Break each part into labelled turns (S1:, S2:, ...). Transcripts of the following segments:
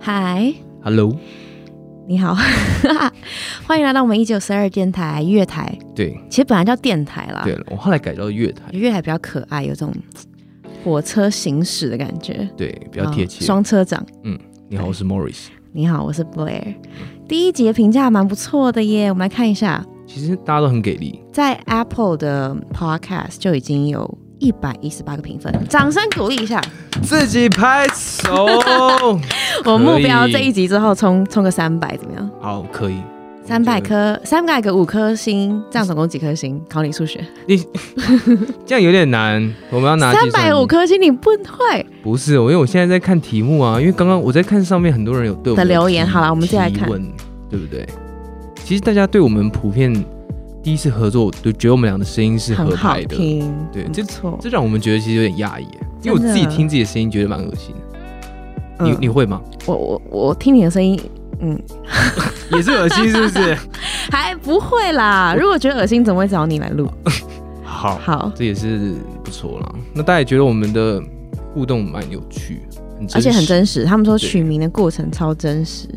S1: 嗨，
S2: Hello，
S1: 你好， 欢迎来到我们一九四二电台月台。
S2: 对
S1: 其实本来叫电台啦，
S2: 对了，我后来改到月台，
S1: 月台比较可爱，有种火车行驶的感觉，
S2: 对，比较贴切
S1: 哦。双哎车长，
S2: 你好，我是 Morris。
S1: 你好，我是 Blair。第一节评价蛮不错的耶，我们来看一下，
S2: 其实大家都很给力，
S1: 在 Apple 的 Podcast 就已经有一百一十八个评分，掌声鼓励一下。
S2: 自己拍 手。
S1: 我目标这一集之后冲冲个三百怎么样？
S2: 好，可以。
S1: 三百颗，三百个五颗星，这样总共几颗星？考你数学，
S2: 这样有点难，我们要拿
S1: 三
S2: 计算
S1: 百
S2: 机
S1: 五颗星你不会
S2: 不是，因为我现在在看题目啊，因为刚刚我在看上面很多人有对我们
S1: 的留言
S2: 提
S1: 好啦我们自己来看
S2: 提问对不对？其实大家对我们普遍第一次合作，都觉得我们俩的声音是合
S1: 很好
S2: 拍的，
S1: 听，
S2: 对
S1: 很不错。
S2: 这让我们觉得其实有点讶异耶，因为我
S1: 真的
S2: 自己听自己的声音觉得蛮恶心的。你
S1: 嗯
S2: 你会吗？
S1: 我我我听你的声音，嗯，
S2: 也是恶心是不 是？
S1: 还不会啦。如果觉得恶心，怎么会找你来录？
S2: 好，
S1: 好，
S2: 这也是不错啦。那大家也觉得我们的互动蛮有趣，很真实
S1: 而且很真实。他们说
S2: 对
S1: 取名的过程超真实，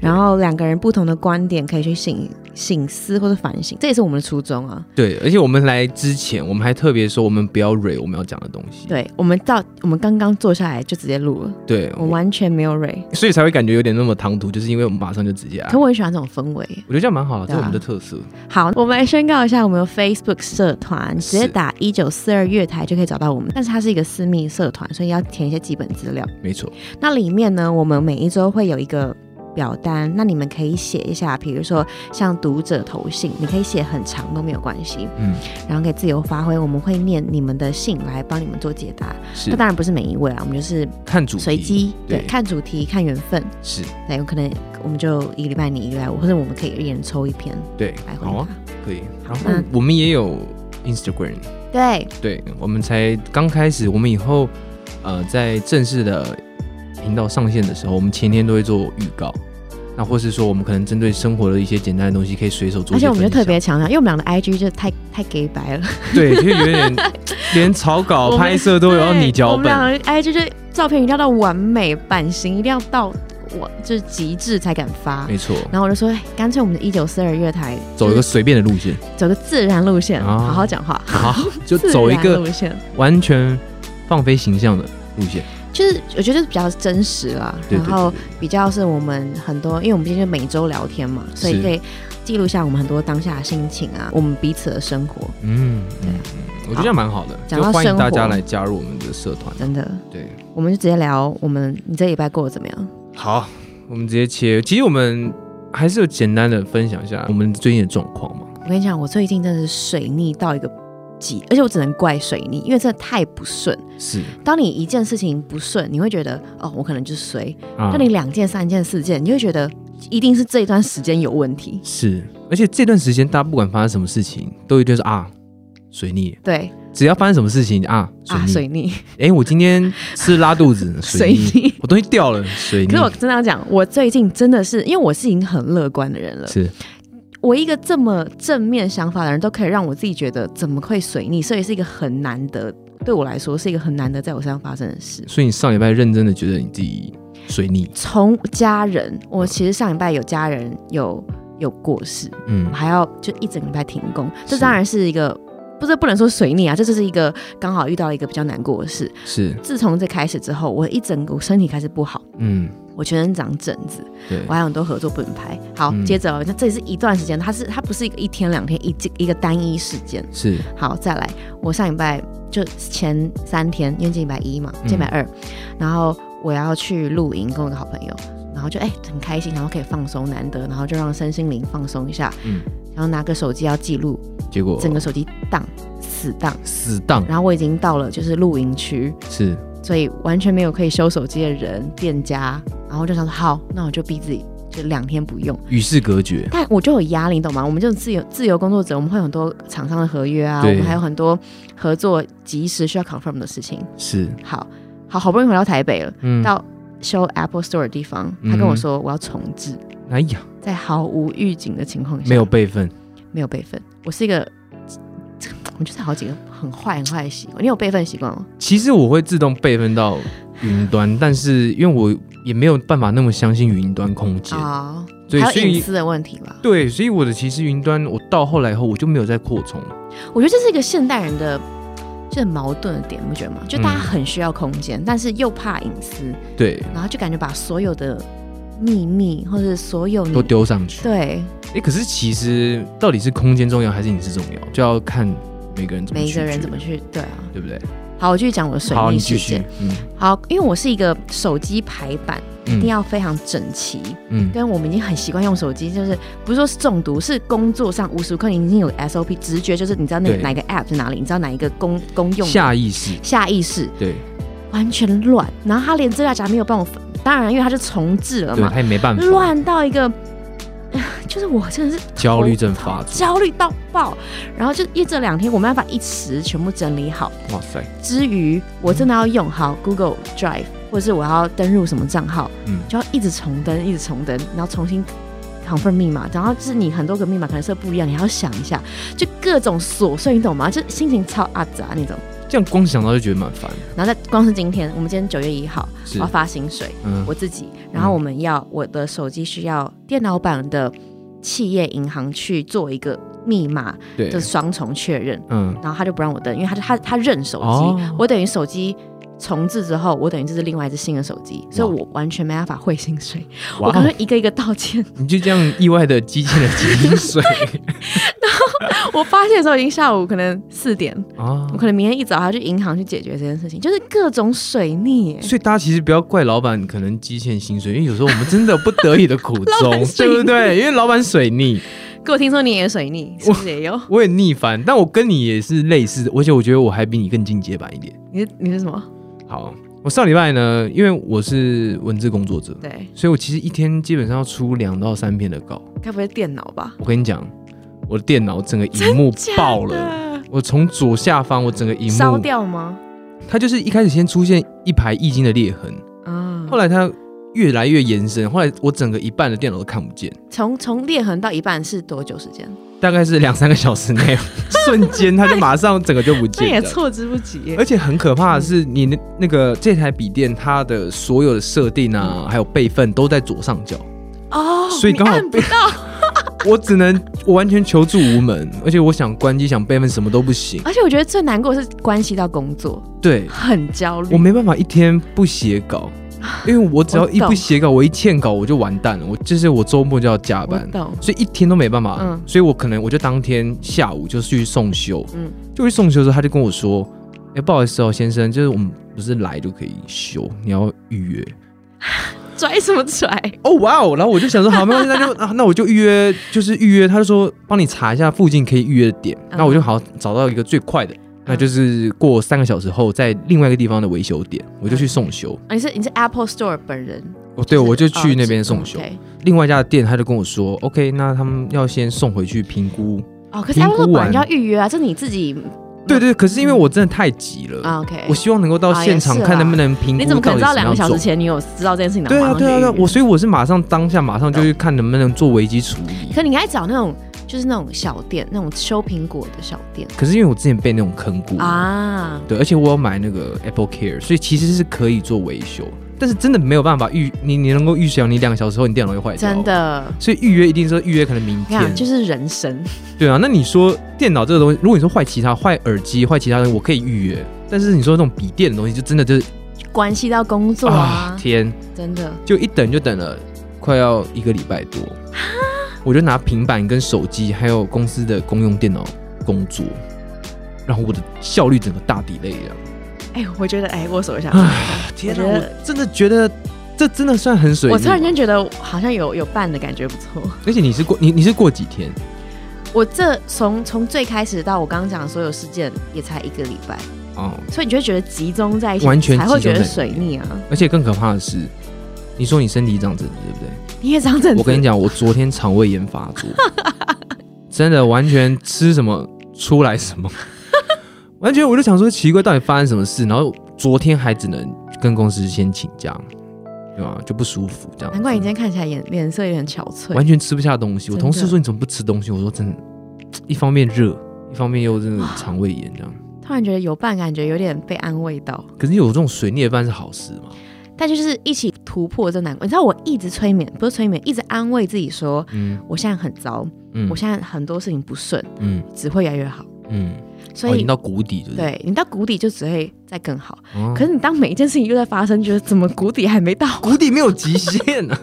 S1: 然后两个人不同的观点可以去醒醒思或者反省，这也是我们的初衷啊。
S2: 对。而且我们来之前，我们还特别说我们不要蕊我们要讲的东西，
S1: 对，我们到我们刚刚坐下来就直接录了，
S2: 对，
S1: 我完全没有 r
S2: 所以才会感觉有点那么唐突，就是因为我们马上就直接按。啊
S1: 可我很喜欢这种氛围。
S2: 我觉得这样蛮好的，
S1: 对
S2: 这
S1: 啊
S2: 是我们的特色。
S1: 好，我们来宣告一下，我们有 Facebook 社团，直接
S2: 是
S1: 打一九四二月台就可以找到我们。但是它是一个私密社团，所以要填一些基本资料。
S2: 没错，
S1: 那里面呢，我们每一周会有一个表单，那你们可以写一下，比如说像读者投信，你可以写很长都没有关系，
S2: 嗯，
S1: 然后可以自由发挥，我们会念你们的信来帮你们做解答。
S2: 是
S1: 那当然不是每一位啊，我们就是
S2: 看主题
S1: 随机，对，
S2: 对
S1: 看主题，看缘分，
S2: 是
S1: 对，有可能我们就一个礼拜你一个礼拜我，或者我们可以一人抽一篇
S2: 对
S1: 来，回
S2: 好
S1: 答
S2: 啊。，可以。
S1: 好
S2: 然后
S1: 那
S2: 我们也有 Instagram，
S1: 对，
S2: 对我们才刚开始，我们以后呃在正式的频道上线的时候，我们前天都会做预告。那或是说，我们可能针对生活的一些简单的东西，可以随手
S1: 而
S2: 做
S1: 且
S2: 一些分
S1: 我
S2: 享。
S1: 们就特别强调，因为我们俩的 IG 就太太 gay 白了，
S2: 对，就有点连草
S1: 我
S2: 稿
S1: 们
S2: 拍摄都有要你哦脚
S1: 对我们
S2: 本，
S1: 俩的 IG 就是照片一定要到完美，版型一定要到我就是极致才敢发。
S2: 没错，
S1: 然后我就说，哎干脆我们的一九四二月台
S2: 走一个随便的路线，
S1: 走个自然路线，
S2: 啊
S1: 好好讲话，
S2: 好，就走一
S1: 自
S2: 个
S1: 然路线，
S2: 完全放飞形象的路线。
S1: 就是我觉得比较真实啦，
S2: 对对
S1: 然后
S2: 对
S1: 比较是我们很多，因为我们今天就每周聊天嘛，所以
S2: 是
S1: 可以记录下我们很多当下的心情啊，我们彼此的生活，
S2: 嗯，
S1: 对啊
S2: 嗯我觉得这样蛮好的，
S1: 讲
S2: 就
S1: 到
S2: 欢迎大
S1: 生
S2: 家
S1: 活
S2: 来加入我们的社团。
S1: 真的，
S2: 对，
S1: 我们就直接聊我们你这礼拜过得怎么样？
S2: 好，我们直接切。其实我们还是有简单的分享一下我们最近的状况嘛。
S1: 我跟你讲，我最近真的是水逆到一个极，而且我只能怪水逆，因为真的太不顺。
S2: 是
S1: 当你一件事情不顺，你会觉得哦，我可能就是衰；
S2: 啊
S1: 当你两件、三件、四件，你就会觉得一定是这一段时间有问题。
S2: 是，而且这段时间大家不管发生什么事情，都一定是啊水逆。
S1: 对
S2: 只要发生什么事情啊水
S1: 啊，
S2: 逆。
S1: 水逆，
S2: 哎、我今天是拉 肚子，
S1: 水
S2: 水泥
S1: 逆，
S2: 我东西掉了，水
S1: 可
S2: 泥
S1: 是我真的要讲，我最近真的是，因为我是已经很乐观的人了，
S2: 是
S1: 我一个这么正面想法的人，都可以让我自己觉得怎么会水逆，所以是一个很难得，对我来说是一个很难得在我身上发生的事。
S2: 所以你上礼拜认真的觉得你自己水泥，
S1: 从家人，我其实上礼拜有家人有有过世，
S2: 嗯
S1: 还要就一整个礼拜停工，这
S2: 是
S1: 当然是一个。不是不能说水逆啊，这就是一个刚好遇到了一个比较难过的事。
S2: 是，
S1: 自从这开始之后，我一整个我身体开始不好，
S2: 嗯，
S1: 我全身长疹子，
S2: 对
S1: 我，还有很多合作不能拍。好，
S2: 嗯
S1: 接着哦那这也是一段时间，它是它不是一个一天两天一一个单一事件。
S2: 是
S1: 好，再来，我上礼拜就前三天，因为这礼拜一嘛，这礼拜二，然后我要去露营，跟我一个好朋友，然后就哎、很开心，然后可以放松，难得，然后就让身心灵放松一下，
S2: 嗯
S1: 然后拿个手机要记录，
S2: 结果
S1: 整个手机荡死荡，
S2: 死当
S1: 然后我已经到了就是露营区，
S2: 是
S1: 所以完全没有可以修手机的人店家，然后我就想说好，那我就逼自己就两天不用。
S2: 与世隔绝，
S1: 但我就有压力，你懂吗？我们这种自由自由工作者，我们会有很多厂商的合约啊，我
S2: 对
S1: 们还有很多合作及时需要 confirm 的事情。
S2: 是，
S1: 好，好好不容易回到台北了，
S2: 嗯
S1: 到修 Apple Store 的地方，他跟我说我要重置，
S2: 哎呀，
S1: 在毫无预警的情况下，
S2: 没有备份，
S1: 没有备份。我是一个，我就是好几个很坏很坏的习惯。你有备份习惯吗？
S2: 其实我会自动备份到云端，但是因为我也没有办法那么相信云端空间，
S1: 哦，
S2: 所以
S1: 还
S2: 所
S1: 有隐
S2: 以
S1: 私的问题吧？
S2: 对，所以我的其实云端，我到后来以后我就没有再扩充。
S1: 我觉得这是一个现代人的这很矛盾的点，你不觉得吗？就
S2: 嗯
S1: 大家很需要空间，但是又怕隐私，
S2: 对，
S1: 然后就感觉把所有的秘密或者所有你
S2: 都丢上去。
S1: 对
S2: 哎、可是其实到底是空间重要还是隐私重要，就要看每个人怎么
S1: 每一
S2: 去
S1: 个人
S2: 决
S1: 怎么去对啊。
S2: 对不对？
S1: 好，我继续讲我的水
S2: 好，
S1: 逆
S2: 你
S1: 事
S2: 继
S1: 件
S2: 续。。嗯
S1: 好，因为我是一个手机排版一定
S2: 嗯
S1: 要非常整齐，
S2: 嗯，
S1: 跟我们已经很习惯用手机，就是不是说是中毒，是工作上无时无刻你已经有 SOP 直觉，就是你知道那
S2: 对
S1: 哪个 app 是哪里，你知道哪一个公公用的
S2: 下意识
S1: 下意识
S2: 对
S1: 完全乱，然后他连资料夹没有帮我分，当然因为他是重置了
S2: 对，
S1: 呃嘛
S2: 他，也没办法，
S1: 乱到一个， 就是我真的是
S2: 焦虑症发作。
S1: 焦虑到爆，然后就一这两天我没办法一时全部整理好，
S2: 哇塞，
S1: 之余我真的要用好 Google Drive，或者是我要登入什么账号，
S2: 嗯
S1: 就要一直重登，一直重登，然后重新 confirm 密码，然后就是你很多个密码可能是不一样，你还要想一下，就各种琐碎，你懂吗？就心情超阿杂那种。
S2: 这样光想到就觉得蛮烦。
S1: 然后在光是今天，我们今天九月一号，
S2: 是
S1: 我要发薪水，
S2: 嗯
S1: 我自己，然后我们要我的手机需要电脑版的企业银行去做一个密码
S2: 对
S1: 的双重确认。
S2: 嗯
S1: 然后他就不让我登，因为他他他认手机，
S2: 哦
S1: 我等于手机重置之后，我等于这是另外一只新的手机，所以
S2: 哇
S1: 我完全没办法汇薪水，我
S2: 哇
S1: 可能
S2: 哦
S1: 会一个一个道 歉。
S2: 你就这样意外的激起了井 水
S1: 我发现的时候已经下午可能四点，
S2: 啊
S1: 我！可能明天一早还要去银行去解决这件事情，就是各种水逆耶。
S2: 所以大家其实不要怪老板可能积欠薪水，因为有时候我们真的不得已的苦
S1: 老板
S2: 衷，
S1: 水
S2: 对不
S1: 逆
S2: 对？因为老板水逆，
S1: 各位听说你也水逆，是不是也有？
S2: 我也逆反，但我跟你也是类似，而且我觉得我还比你更进阶版一点。
S1: 你是你是什么？
S2: 好，我上礼拜呢，因为我是文字工作者，
S1: 对，
S2: 所以我其实一天基本上要出两到三篇的稿。
S1: 该不会电脑吧？
S2: 我跟你讲，我的电脑整个荧幕爆了，
S1: 了，
S2: 我从左下方我整个荧
S1: 烧
S2: 幕，
S1: 掉吗？
S2: 它就是一开始先出现一排易经的裂痕，
S1: 啊
S2: 后，来它越来越延伸，后来我整个一半的电脑都看不见。
S1: 从从裂痕到一半是多久时间？
S2: 大概是两三个小时 内，瞬间它就马上整个就不
S1: 那也
S2: 见了。
S1: 措之不及耶。
S2: 而且很可怕的是，你那那个这台笔电，它的所有的设定
S1: 嗯
S2: 啊，还有备份都在左上角，
S1: 哦，
S2: 所以
S1: 你
S2: 刚好
S1: 按不
S2: 被
S1: 到。
S2: 我只能我完全求助无门。而且我想关机、想备份什么都不行。
S1: 而且我觉得最难过的是关系到工作，
S2: 对
S1: 很焦虑。
S2: 我没办法一天不写稿，因为我只要一
S1: 我
S2: 不
S1: 懂
S2: 写稿，我一欠稿我就完蛋了。我就是我周末就要加
S1: 我
S2: 班，
S1: 懂，
S2: 所以一天都没办法。
S1: 嗯
S2: 所以我可能我就当天下午就去送修，
S1: 嗯
S2: 就去送修的时候，他就跟我说：“哎、不好意思哦，先生，就是我们不是来就可以修，你要预约。”
S1: 拽什么拽？
S2: 哦哇哦，然后我就 想说，好，没关系，那就、啊、那我就预约，就是预约。他就说帮你查一下附近可以预约的点，
S1: 嗯
S2: 那我就好找到一个最快的，那就是过三个小时后，在另外一个地方的维修点，我就去送修。
S1: 啊、你是你是 Apple Store 本人？
S2: 哦，对，
S1: 是
S2: 我就去
S1: 哦
S2: 那边
S1: 是
S2: 送修。
S1: 嗯，OK
S2: 另外一家店他就跟我说，OK，那他们要先送回去评估。
S1: 哦，可是 Apple Store
S2: 评
S1: 本
S2: 估完
S1: 人要预约啊，这你自己
S2: 对对，可是因为我真的太急了，
S1: 啊 OK。
S2: 我希望能够到
S1: 啊也
S2: 现场
S1: 是
S2: 看
S1: 啦
S2: 能不能评估
S1: 你怎么可能知道
S2: 到底
S1: 两
S2: 什
S1: 个
S2: 么样
S1: 小时
S2: 走
S1: 前你有知道这件事情？
S2: 对啊，对啊，对啊，我所
S1: 以
S2: 以我是马上当下马上就去看能不能做危机处理。
S1: 可你应该找那种就是那种小店，那种修苹果的小店
S2: 可是因为我之前被那种坑过，
S1: 啊。
S2: 对，而且我有买那个 Apple Care，所以其实是可以做维修，但是真的没有办法预你你能够预想你两个小时后你电脑会坏掉，
S1: 真。的，
S2: 所以预约一定说预约可能明
S1: 你看
S2: 天，
S1: 就是人生，
S2: 对啊。那你说电脑这个东西，如果你说坏其他坏耳机坏其他东西，我可以预约，但是你说这种笔电的东西，就真的就是
S1: 关系到工作啊，
S2: 天，
S1: 真的。
S2: 就一等就等了快要一个礼拜多，我就拿平板跟手机还有公司的公用电脑工作，然后我的效率整个大啊底累了。
S1: 哎，我觉得哎，握手一下。
S2: 天哪，
S1: 我觉
S2: 我
S1: 得
S2: 真的觉得这真的算很水逆。
S1: 我突然间觉得好像有有伴的感觉不错。
S2: 而且你是过你你是过几天？
S1: 我这从从最开始到我刚刚讲的所有事件，也才一个礼拜，
S2: 哦，
S1: 所以你就会觉得集中在一起，
S2: 完全
S1: 才会觉得
S2: 集中在
S1: 水逆 啊。
S2: 而且更可怕的是，你说你身体长疹子对不对？
S1: 你也长疹子，
S2: 我跟你讲，我昨天肠胃炎发 作，真的完全吃什么出来什么，完全我就想说奇怪，到底发生什么事？然后昨天还只能跟公司先请假，对吧？就不舒服这样子。
S1: 难怪你今天看起来脸脸色有点憔悴。
S2: 完全吃不下东西。
S1: 真
S2: 我
S1: 的
S2: 同事说你怎么不吃东西？我说真的，一方面热，一方面又真的肠胃炎这样。
S1: 突突然觉得有伴，感觉有点被安慰到。
S2: 可是有这种水逆的伴是好事吗？
S1: 但就是一起突破这难关。你知道，我一直催眠，不是催眠，一直安慰自己说，
S2: 嗯
S1: 我现在很糟，
S2: 嗯
S1: 我现在很多事情不顺，
S2: 嗯
S1: 只会越来越好。
S2: 嗯，
S1: 所
S2: 哦已
S1: 以，
S2: 经到谷底就是。
S1: 对你到谷底就只会再更好。
S2: 哦，
S1: 可是你当每一件事情又在发生，觉得怎么谷底还没到
S2: 谷底没有极限啊，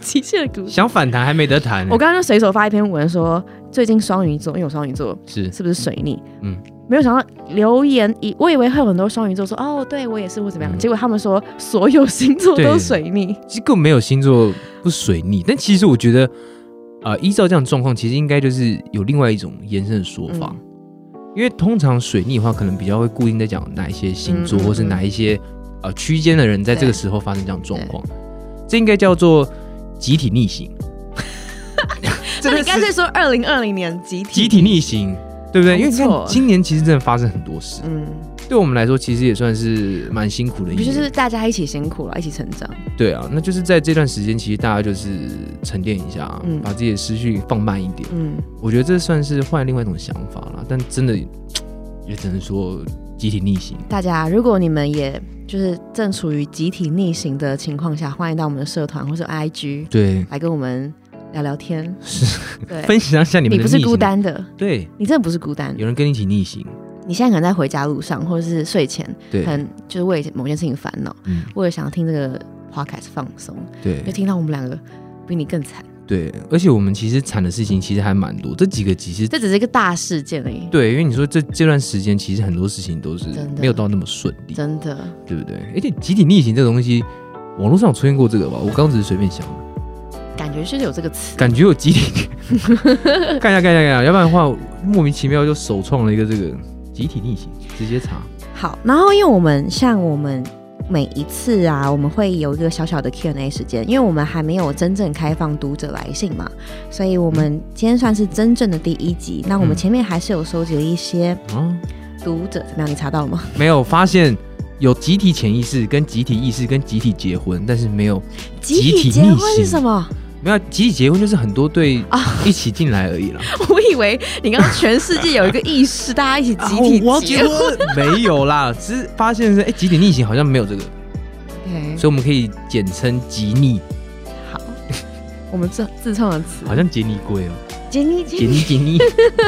S1: 极限的谷底？
S2: 想反弹还没得弹欸呢。
S1: 我刚刚就随手发一篇文说，最近双鱼座，因为我双鱼座
S2: 是
S1: 是不是水逆？
S2: 嗯
S1: 嗯，没有想到留言一，我以为会有很多双鱼座说，哦，对我也是，或怎么样。
S2: 嗯
S1: 结果他们说所有星座
S2: 对
S1: 都水逆，
S2: 其实根本没有星座不水逆，但其实我觉得，呃，依照这样的状况，其实应该就是有另外一种延伸的说法，
S1: 嗯
S2: 因为通常水逆的话，可能比较会固定在讲哪一些星
S1: 嗯
S2: 座，
S1: 嗯嗯
S2: 或是哪一些呃区间的人在这个时候发生这样的状况，这应该叫做集体逆 行。
S1: 那
S2: 真
S1: 你
S2: 的
S1: 干
S2: 是
S1: 脆说二零二零年集体
S2: 集体逆行，对不对？因为你看
S1: 没错
S2: 今年其实真的发生很多事，
S1: 嗯，
S2: 对我们来说其实也算是蛮辛苦的一
S1: 不
S2: 年，
S1: 就是大家一起辛苦了，一起成长。
S2: 对啊，那就是在这段时间，其实大家就是沉淀一下，
S1: 嗯
S2: 把自己的思绪放慢一点。
S1: 嗯，
S2: 我觉得这算是换另外一种想法啦，但真的也只能说集体逆行。
S1: 大家如果你们也就是正处于集体逆行的情况下，欢迎到我们的社团或是 IG
S2: 对，
S1: 来跟我们聊聊天。
S2: 是
S1: 对，
S2: 分享一下你们
S1: 你不
S2: 的逆行
S1: 是孤，单的，
S2: 对，
S1: 你真的不是孤单。
S2: 有人跟你一起逆行，
S1: 你现在可能在回家路上，或者是睡前，
S2: 对，
S1: 很就是为某件事情烦恼，
S2: 嗯，
S1: 为了想要听这个 podcast 放松，就
S2: 对
S1: 听到我们两个比你更惨。
S2: 对，而且我们其实惨的事情其实还蛮多，这几个其实
S1: 这只是一个大事件而已，
S2: 对，因为你说这这段时间其实很多事情都是
S1: 真的
S2: 没有到那么顺利，
S1: 真的。
S2: 对不对？而且集体逆行这东西，网络上有出现过这个吧？我刚刚只是随便想的。
S1: 感觉就是有这个词，
S2: 感觉有集体， 看一下看一下看一下，要不然的话，莫名其妙就首创了一个这个集体逆行，直接查。
S1: 好，然后因为我们像我们每一次啊，我们会有一个小小的 Q&A 时间，因为我们还没有真正开放读者来信嘛，所以我们今天算是真正的第一集。那我们
S2: 嗯
S1: 前面还是有收集了一些
S2: 啊，
S1: 读者，怎么样？你查到了吗？
S2: 没有发现有集体潜意识、跟集体意识、跟集体结婚，但是没有集体
S1: 体结
S2: 逆
S1: 婚
S2: 行
S1: 是什么？
S2: 没有集体结婚，就是很多对一起进来而已 啦。
S1: 我以为你刚刚全世界有一个意识，大家一起集体
S2: 啊我要
S1: 结
S2: 结
S1: 婚。
S2: 婚，没有啦， 只是发现是哎、集体逆行好像没有这个，
S1: OK，
S2: 所以我们可以简称集逆，
S1: 好，我们自自创的词，
S2: 好像杰尼龟哦，
S1: 杰尼
S2: 杰
S1: 杰
S2: 尼
S1: 尼，
S2: 杰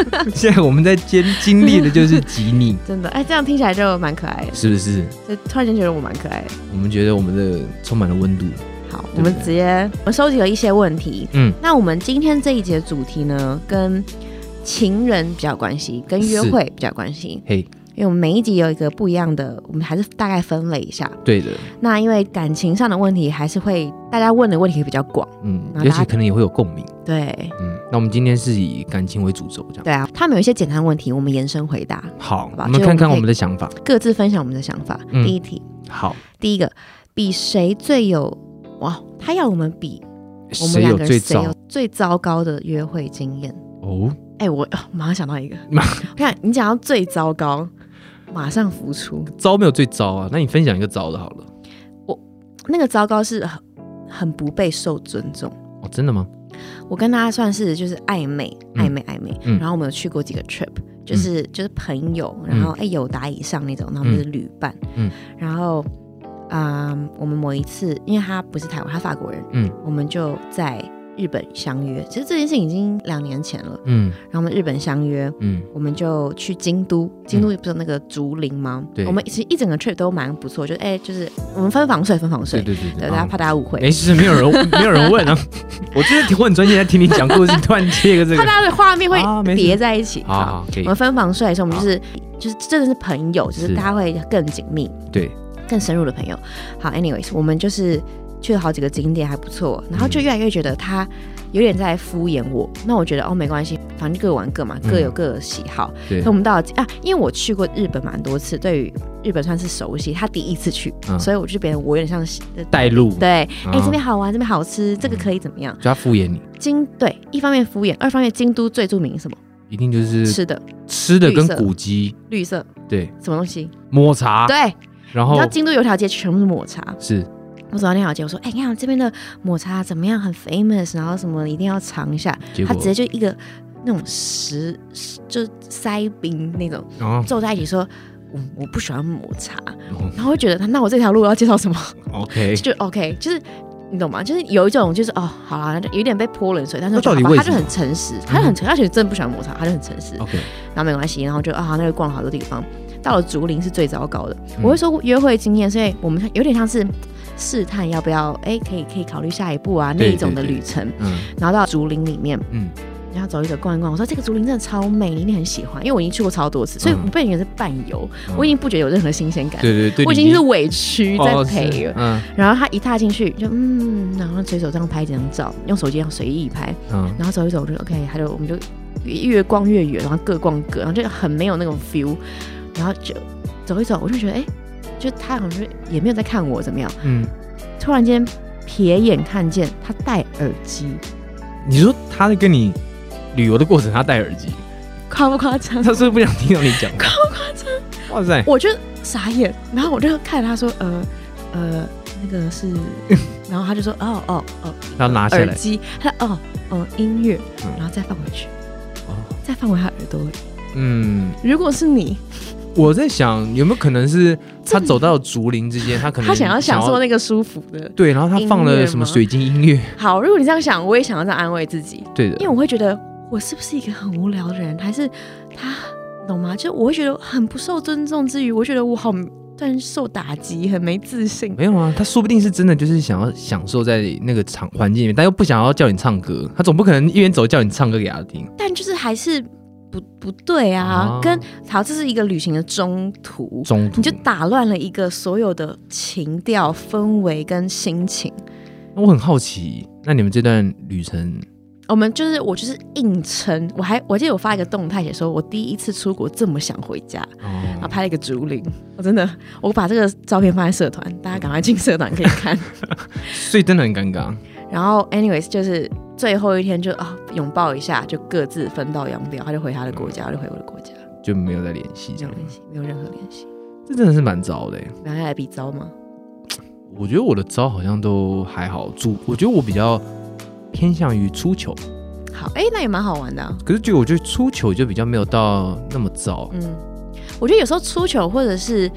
S2: 尼。现在我们在经经历的就是集逆，
S1: 真的，哎，这样听起来就蛮可爱的，
S2: 是不是？
S1: 就突然间觉得我蛮可爱的。
S2: 我们觉得我们的充满了温度。
S1: 好，
S2: 对
S1: 我们直接我们收集了一些问题。
S2: 嗯，
S1: 那我们今天这一节主题呢，跟情人比较有关系，跟约会比较有关系。
S2: 嘿，
S1: 因为我们每一集有一个不一样的，我们还是大概分类一下。
S2: 对的，
S1: 那因为感情上的问题，还是会大家问的问题比较广。
S2: 嗯，
S1: 那
S2: 也
S1: 大
S2: 许
S1: 家
S2: 可能也会有共鸣。
S1: 对，
S2: 嗯，那我们今天是以感情为主轴，这样。
S1: 对啊，他们有一些简单问题，我们延伸回答，
S2: 好，
S1: 吧
S2: 我们
S1: 就我
S2: 看
S1: 们可
S2: 看
S1: 以
S2: 我们的想法。
S1: 各自分享我们的想法。
S2: 嗯
S1: 第一题，
S2: 好，
S1: 第一个，比谁最有哇？他要我们比我们
S2: 谁
S1: 两
S2: 有
S1: 个
S2: 最
S1: 人谁
S2: 早
S1: 有？最糟糕的约会经验？
S2: 哦，
S1: 哎、我哦马上想到一个，
S2: 马
S1: 我看你讲到最糟糕，马上浮出
S2: 糟没有最糟啊？那你分享一个糟的好了。
S1: 那个糟糕是很很不被受尊重。
S2: 哦，真的吗？
S1: 我跟他算是就是暧昧，
S2: 嗯
S1: 暧昧，暧昧。
S2: 嗯
S1: 然后我们有去过几个 trip，就是、就是朋友，然后哎、友达以上那种，然后我们是旅伴。
S2: 嗯
S1: 然后啊、嗯我们某一次，因为他不是台湾，他法国人，
S2: 嗯，
S1: 我们就在日本相约。其实这件事情已经两年前了，
S2: 嗯
S1: 然后我们日本相约，
S2: 嗯，
S1: 我们就去京都，京都不是有那个竹林吗？
S2: 对
S1: 我们其实一整个 trip 都蛮不错，就哎、就是我们分房睡，分房睡
S2: 对，对对对。
S1: 对，大家
S2: 啊
S1: 怕大家误会，
S2: 没事，没 有人没有人问啊。我就是我很专心在听你讲故事，突然切一个这
S1: 怕
S2: 个。
S1: 大家的画面
S2: 啊没
S1: 会
S2: 事
S1: 叠在一起。
S2: 好好，可
S1: 我
S2: 以。
S1: 们分房睡的时候，我们就是就是真的是朋友，就是
S2: 是
S1: 大家会更紧密、
S2: 对，
S1: 更深入的朋友。好，anyways，我们就是去了好几个景点，还不错，
S2: 嗯
S1: 然后就越来越觉得他。有点在敷衍我，那我觉得哦没关系，反正各玩各嘛，各有各的喜好。
S2: 嗯对
S1: 所以我们到了啊，因为我去过日本蛮多次，对于日本算是熟悉。他第一次去，
S2: 嗯
S1: 所以我就变得我有点像是
S2: 带路，
S1: 对，哎、
S2: 啊
S1: 这边好玩，这边好吃，这个可以怎么样？
S2: 就他敷衍你，
S1: 京对，一方面敷衍，二方面京都最著名是什么？
S2: 一定就是
S1: 吃的，
S2: 吃的跟
S1: 绿色
S2: 古迹，
S1: 绿色
S2: 对，
S1: 什么东西？
S2: 抹茶，
S1: 对，
S2: 然
S1: 你
S2: 后
S1: 知道京都有一条街全部是抹茶。
S2: 是
S1: 我走到那条街，我说：“哎、你看这边的抹茶怎么样？很 famous，然后什么一定要尝一下。”
S2: 结
S1: 他
S2: 果
S1: 直接就一个那种食就塞冰那种
S2: 哦
S1: 皱在一起说，我我不喜欢抹茶，
S2: 哦哎
S1: 然后会觉得那我这条路要介绍 什么？
S2: ，OK，
S1: 就 OK，就是你懂吗？就是有一种就是哦，好啦，就有点被泼冷水，但是
S2: 那
S1: 我觉
S2: 到
S1: 得
S2: 底
S1: 好吧
S2: 为
S1: 他
S2: 什
S1: 就
S2: 么嗯
S1: 很诚实，他就很诚，他其实真的不喜欢抹茶，他就很诚实，
S2: OK，
S1: 然后没关系，然后就啊，那就逛了好多地方。到了竹林是最糟糕的，
S2: 嗯
S1: 我会说约会经验，所以我们有点像是试探要不要，哎，可以可以考虑下一步啊那
S2: 对
S1: 一种的
S2: 对对
S1: 旅程。
S2: 嗯
S1: 然后到竹林里面，
S2: 嗯，
S1: 然后走一走逛一逛，我说这个竹林真的超美，你一定很喜欢，因为我已经去过超多次，所以
S2: 嗯
S1: 我被人是伴游，
S2: 嗯
S1: 我已经不觉得有任何新鲜感，
S2: 对对对，
S1: 我已
S2: 你
S1: 经是委屈在
S2: 哦是
S1: 陪了。
S2: 嗯
S1: 然后他一踏进去就嗯，然后随手这样拍几张照，用手机这样随意拍，
S2: 嗯，
S1: 然后走一走就 OK，他就我们就越逛越远，然后各逛各，然后就很没有那种 feel，然后就走一走，我就觉得哎、就他好像是也没有在看我怎么样，
S2: 嗯，
S1: 突然间瞥眼看见他戴耳机，
S2: 你说他在跟你旅游的过程，他戴耳机，
S1: 夸不夸张
S2: 他？是不是不想听到你讲？夸张，哇塞，
S1: 我就傻眼，然后我就看着他说呃呃那个是， 然后他就说哦哦哦
S2: 他拿下
S1: 耳
S2: 来，
S1: 机，他说哦哦音乐
S2: 嗯，
S1: 然后再放回去。
S2: 哦
S1: 再放回他耳朵里。
S2: 嗯，
S1: 如果是你，
S2: 我在想有没有可能是
S1: 这
S2: 他走到竹林之间，他可能
S1: 他想要享受那个舒服的。
S2: 对，然后他放
S1: 音乐
S2: 了什么
S1: 吗
S2: 水晶音乐，
S1: 好，如果你这样想，我也想要这样安慰自己，
S2: 对的
S1: 因为，我会觉得我是不是一个很无聊的人，还是他懂吗？就我会觉得很不受尊重之余，我觉得我好但受打击，很没自信。
S2: 没有啊，他说不定是真的就是想要享受在那个场环境里面，但又不想要叫你唱歌，他总不可能一边走叫你唱歌给他听。
S1: 但就是还是不不对啊，
S2: 啊
S1: 跟好，这是一个旅行的中途。
S2: 中途
S1: 你就打乱了一个所有的情调、氛围跟心情。
S2: 那我很好奇，那你们这段旅程，
S1: 我们就是我就是硬撑，我还我记得我发一个动态写说，我第一次出国这么想回家，然后
S2: 哦，
S1: 拍了一个竹林，我真的我把这个照片放在社团，大家赶快进社团可以 看。
S2: 所以真的很尴尬。
S1: 然后 anyways 就是最后一天就啊拥抱一下，就各自分道扬镳，他就回他的国家，我就回我的国家，
S2: 就没有再联系，
S1: 没
S2: 这
S1: 有
S2: 样
S1: 联系，没有任何联系。
S2: 这真的是蛮糟的欸。
S1: 然后来比招吗？
S2: 我觉得我的招好像都还好，主我觉得我比较偏向于出糗，
S1: 好，哎，那也蛮好玩的、啊。
S2: 可是就我觉得出糗就比较没有到那么糟。
S1: 嗯，我觉得有时候出糗或者是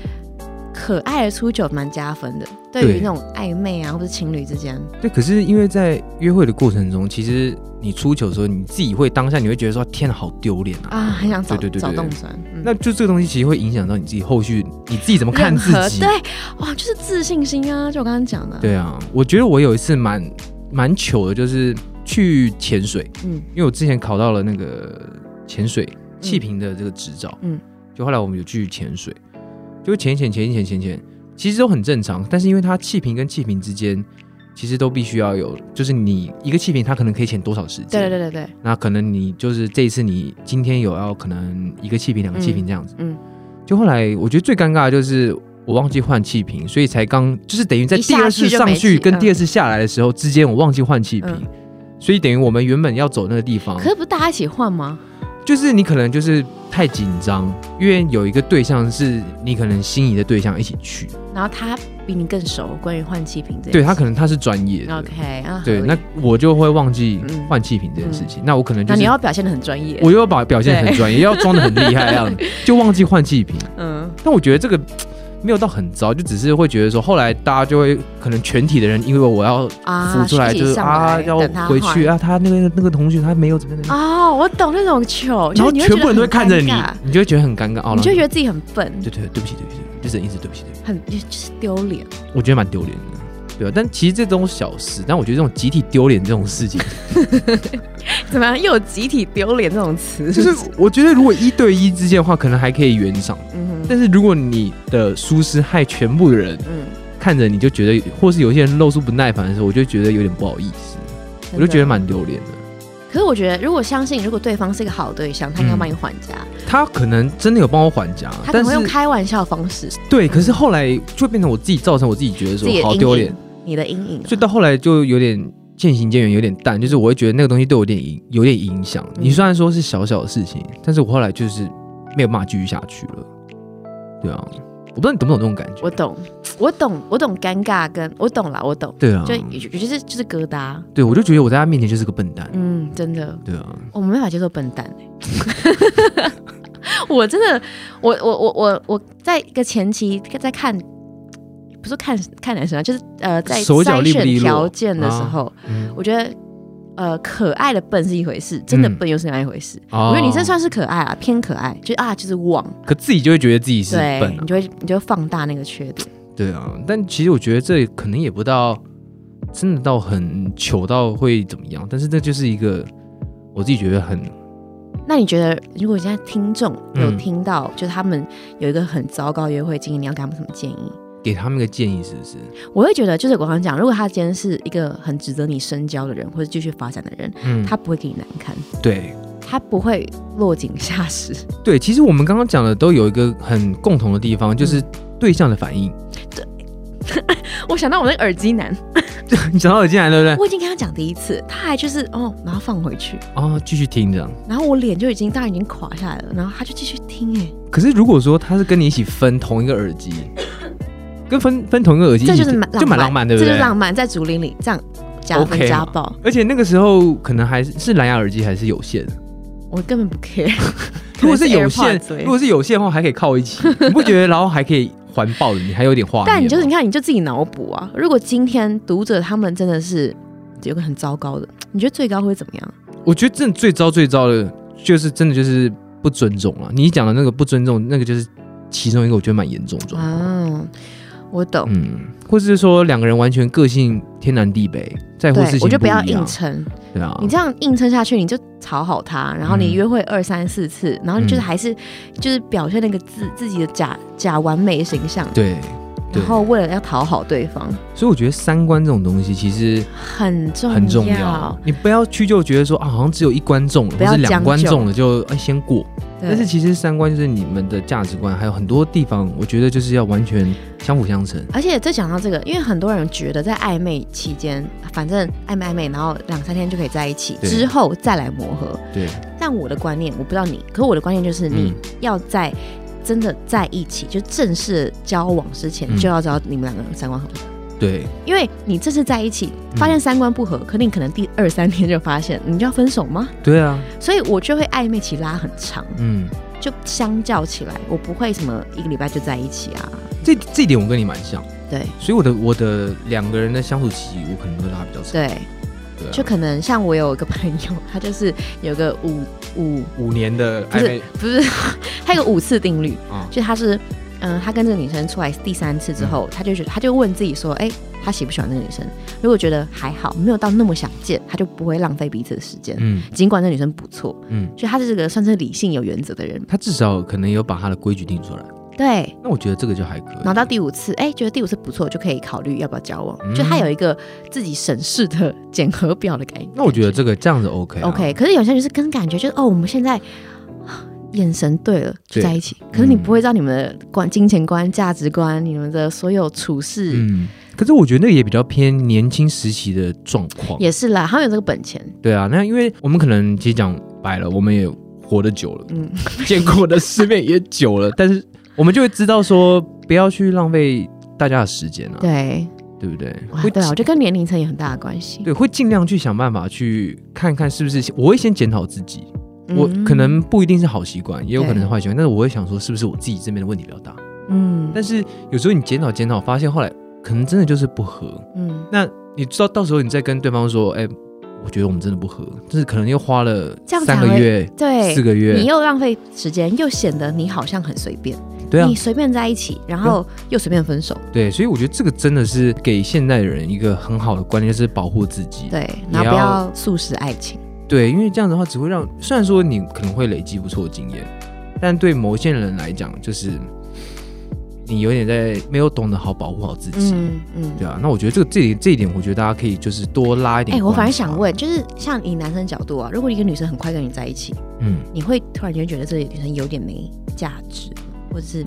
S1: 可爱的出糗蛮加分的，对于
S2: 对
S1: 那种暧昧啊或者情侣之间，
S2: 对，可是因为在约会的过程中，其实你出糗的时候，你自己会当下你会觉得说天哪，好丢脸啊！
S1: 啊，很想找
S2: 对对对对
S1: 找
S2: 对
S1: 洞钻。嗯
S2: 那就这个东西其实会影响到你自己后续你自己怎么看
S1: 任
S2: 自
S1: 何
S2: 己。
S1: 对，哇，就是自信心啊，就我刚刚讲的。，
S2: 对啊，我觉得我有一次蛮蛮糗的，就是去潜水，
S1: 嗯
S2: 因为我之前考到了那个潜水气瓶的这个执照，
S1: 嗯
S2: 嗯，就后来我们有去潜水，就潜一潜潜一潜潜一潜，其实都很正常，但是因为它气瓶跟气瓶之间。其实都必须要有，就是你一个气瓶，它可能可以潜多少时间？
S1: 对对对对对，
S2: 那可能你就是这一次你今天有要可能一个气瓶两个气瓶这样子，
S1: 嗯
S2: 就后来我觉得最尴尬的就是我忘记换气瓶，所以才刚就是等于在
S1: 一
S2: 第
S1: 下
S2: 二
S1: 去
S2: 次
S1: 就
S2: 上
S1: 没气
S2: 去跟
S1: 嗯
S2: 第二次下来的时候之间，我忘记换气瓶，
S1: 嗯
S2: 所以等于我们原本要走那个地方
S1: 可，是不是大家一起换吗？
S2: 就是你可能就是太紧张，因为有一个对象是你可能心仪的对象一起去，
S1: 然后他比你更熟，关于换气瓶这件
S2: 对
S1: 事
S2: 他可能他是专业的，
S1: OK 啊，
S2: 对，
S1: 合理
S2: 那我就会忘记
S1: 嗯
S2: 换气瓶这件事情，那我可能就
S1: 那
S2: 是
S1: 你要表现的很专业。
S2: 我又要把表现得很专业，又要装的很厉害，这 样就忘记换气瓶。
S1: 嗯，
S2: 但我觉得这个没有到很糟，就只是会觉得说，后来大家就会可能全体的人，因为我要
S1: 啊，
S2: 浮出来，
S1: 一
S2: 就
S1: 起
S2: 是
S1: 上
S2: 啊
S1: 来
S2: 要
S1: 等他
S2: 回
S1: 换
S2: 去。啊，他那个那个同学他没有怎么样怎么样，
S1: 哦，我懂那种球，
S2: 然
S1: 就是
S2: 后
S1: 你
S2: 全部人都会看着
S1: 觉
S2: 你
S1: 得很尴尬，
S2: 你就会觉得很尴尬哦，
S1: 你就会觉
S2: 得
S1: 得自己很笨，
S2: 对对对不起对不起，就只能一直对不起对不起，
S1: 很就是丢脸。
S2: 我觉得蛮丢脸的。对啊，但其实这种小事，但我觉得这种集体丢脸这种 事情，
S1: 怎么样？又有集体丢脸这种词，
S2: 就是我觉得如果一对一之间的话，可能还可以圆场。
S1: 嗯哼
S2: 但是如果你的疏失害全部的人
S1: 嗯，
S2: 看着你就觉得，或是有些人露出不耐烦的时候，我就觉得有点不好意思，我
S1: 真的
S2: 就觉得。蛮丢脸的。
S1: 可是我觉得，如果相信，如果对方是一个好对象，他应该
S2: 嗯
S1: 帮你还价，
S2: 他可能真的有帮我还价，
S1: 他可
S2: 但
S1: 能会用
S2: 是
S1: 开玩笑的方式，
S2: 对，可是后来就变成我自己造成我自己觉得
S1: 自己
S2: 说
S1: 的
S2: 好
S1: 阴
S2: 丢
S1: 影
S2: 脸，
S1: 你的阴影啊。
S2: 所以到后来就有点渐行渐远，有点淡，就是我会觉得那个东西对我有点影有点影响。
S1: 嗯
S2: 你虽然说是小小的事情，但是我后来就是没有办法继续下去了。对啊，我不知道你懂不懂这种感觉。
S1: 我懂，我懂，我懂尴尬跟，我懂啦，我懂，
S2: 对啊，
S1: 就也就是就是疙瘩，
S2: 对我就觉得我在他面前就是个笨蛋。
S1: 嗯，真的，
S2: 对啊，
S1: 我没办法接受笨蛋、欸、 我真的，我我我我我在一个前期在看，不是看看男生啊，就是呃在
S2: 手脚
S1: 筛
S2: 利不利
S1: 选
S2: 落
S1: 条件的时候，
S2: 嗯，
S1: 我觉得呃可爱的笨是一回事，真的笨又是另外一回事。
S2: 哦
S1: 我觉得你这算是可爱啊，偏可爱，就是啊就是旺，
S2: 可自己就会觉得自己是
S1: 对
S2: 笨、啊
S1: 你，就会你就会放大那个缺点，
S2: 对啊。但其实我觉得这可能也不到真的到很糗到会怎么样，但是这就是一个我自己觉得很
S1: 那你觉得，如果现在听众有
S2: 嗯
S1: 听到，就是他们有一个很糟糕的约会经验，你要给他们什么建议？
S2: 给他们一个建议，是不是？
S1: 我会觉得，就是我刚刚讲，如果他今天是一个很值得你深交的人，或者继续发展的人，
S2: 嗯，
S1: 他不会给你难堪，
S2: 对
S1: 他不会落井下石。
S2: 对，其实我们刚刚讲的都有一个很共同的地方，就是
S1: 嗯
S2: 对象的反应。
S1: 我想到我那个耳机男，
S2: 你想到耳进来对不对？
S1: 我已经跟他讲第一次，他还就是哦，然后放回去，
S2: 哦，继续听这样。
S1: 然后我脸就已经当然已经垮下来了，然后他就继续听、哎，
S2: 可是如果说他是跟你一起分同一个 耳机，跟分分同一个耳机一
S1: 这
S2: 起，
S1: 就是蛮
S2: 就蛮浪漫，对不
S1: 这就
S2: 对
S1: 是？浪漫，在竹林里这样加分
S2: OK
S1: 加爆，
S2: 而且那个时候可能还是是蓝牙耳机还是有线的，
S1: 我根本不 care。
S2: 如果是 有线
S1: AirPods 欸而，已
S2: 如果是有线的话还可以靠一起， 你不觉得？然后还可以环抱的，你还有点画面吗。
S1: 但你就是你看，你就自己脑补啊。如果今天读者他们真的是有个很糟糕的，你觉得最高会怎么样？
S2: 我觉得真的最糟最糟的，就是真的就是不尊重了。你讲的那个不尊重，那个就是其中一个，我觉得蛮严重的状况。
S1: 啊，我懂。
S2: 嗯，或是说两个人完全个性天南地北，在乎
S1: 对
S2: 事情，
S1: 我觉得不要
S2: 一
S1: 硬
S2: 样，
S1: 撑，
S2: 对啊
S1: 你，这样硬撑下去，你就讨好他，然后你
S2: 嗯
S1: 约会二三四次，然后你就是
S2: 嗯
S1: 还是、就是表现那个自自己的假假完美形象，
S2: 对对
S1: 然。后为了要讨好对方，
S2: 所以我觉得三观这种东西其实
S1: 很重
S2: 很重要，你不要去就觉得说啊，好像只有一观众了，
S1: 不
S2: 或
S1: 要
S2: 是两
S1: 将
S2: 观
S1: 就
S2: 众了就哎先过。但
S1: 但
S2: 是
S1: 是
S2: 其实三观就是你们的价值观，还有很多地方，我觉得就是要完全相辅相成。
S1: 而且再讲到这个，因为很多人觉得在暧昧期间，反正暧昧暧昧，然后两三天就可以在一起，
S2: 对
S1: 之后再来磨合。
S2: 对，
S1: 但我的观念，我不知道你，可我的观念就是，你
S2: 嗯
S1: 要在真的在一起，就正式交往之前，
S2: 嗯
S1: 就要知道你们两个人三观合不合。
S2: 对，
S1: 因为你这次在一起，发现三观不合，可你可能第二三天就发现，你就要分手吗？
S2: 对啊，
S1: 所以我就会暧昧期拉很长，
S2: 嗯，
S1: 就相较起来，我不会什么一个礼拜就在一起啊。
S2: 这这一点我跟你蛮像，
S1: 对
S2: 所以我的我的两个人的相处期，我可能会拉比较长，
S1: 对，
S2: 对啊
S1: 就可能像我有一个朋友，他就是有个五五
S2: 五年的
S1: 不
S2: 暧昧
S1: 是，不是， 他有个五次定律，
S2: 啊
S1: 就他是嗯、呃他跟这个女生出来第三次之
S2: 嗯
S1: 后，他就觉得他就问自己说，哎、他喜不喜欢这个女生？如果觉得还好，没有到那么想见，他就不会浪费彼此的时间。
S2: 嗯
S1: 尽管这女生不错，
S2: 嗯，
S1: 就他是这个算是理性有原则的人，
S2: 他至少可能有把他的规矩定出来，
S1: 对。
S2: 那我觉得这个就还可以。
S1: 然后到第五次，哎，觉得第五次不错，就可以考虑要不要交往。
S2: 嗯
S1: 就他有一个自己审视的检核表的感觉。
S2: 那我觉得这个这样子 OK 啊
S1: OK，可是有些人就是跟感觉就是哦，我们现在啊眼神对了就
S2: 对
S1: 在一起，可是你
S2: 嗯
S1: 不会知道你们的观、金钱观、价值观、你们的所有处事、
S2: 嗯，可是我觉得那也比较偏年轻时期的状况。
S1: 也是啦，他们有这个本钱，
S2: 对啊，那因为我们可能其实讲白了，我们也活得久了，
S1: 嗯，
S2: 见过的世面也久 了，但是我们就会知道说，不要去浪费大家的时间啊，
S1: 对，
S2: 对不对？
S1: 哇
S2: 会
S1: 对啊，我觉得跟年龄层有很大的关系。
S2: 对，会尽量去想办法去看看是不是，我会先检讨自己，
S1: 嗯
S2: 我可能不一定是好习惯，也有可能
S1: 对
S2: 是坏习惯，但是我会想说，是不是我自己这边的问题比较大？
S1: 嗯
S2: 但是有时候你检讨检讨，发现后来可能真的就是不合，
S1: 嗯，
S2: 那你知道到时候你再跟对方说，哎、我觉得我们真的不合，就是可能又花了
S1: 这样才
S2: 三个
S1: 会
S2: 月、四
S1: 对，
S2: 个月，
S1: 哎你又浪费时间，又显得你好像很随便，
S2: 对啊
S1: 你，随便在一起，然后又随便分手，
S2: 对，所以我觉得这个真的是给现代人一个很好的观念，就是保护自己。
S1: 对，
S2: 你
S1: 然后不
S2: 要
S1: 要素食爱情，
S2: 对因为这样子的话，只会让虽然说你可能会累积不错的经验，但对某些人来讲，就是你有点在没有懂得好保护好自己。
S1: 嗯嗯。
S2: 对啊，那我觉得这个这一这一点，我觉得大家可以就是多拉一点。
S1: 哎、我反而想，问，就是像以男生角度啊，如果一个女生很快跟你在一起，
S2: 嗯，
S1: 你会突然间觉得这个女生有点没价值，或者是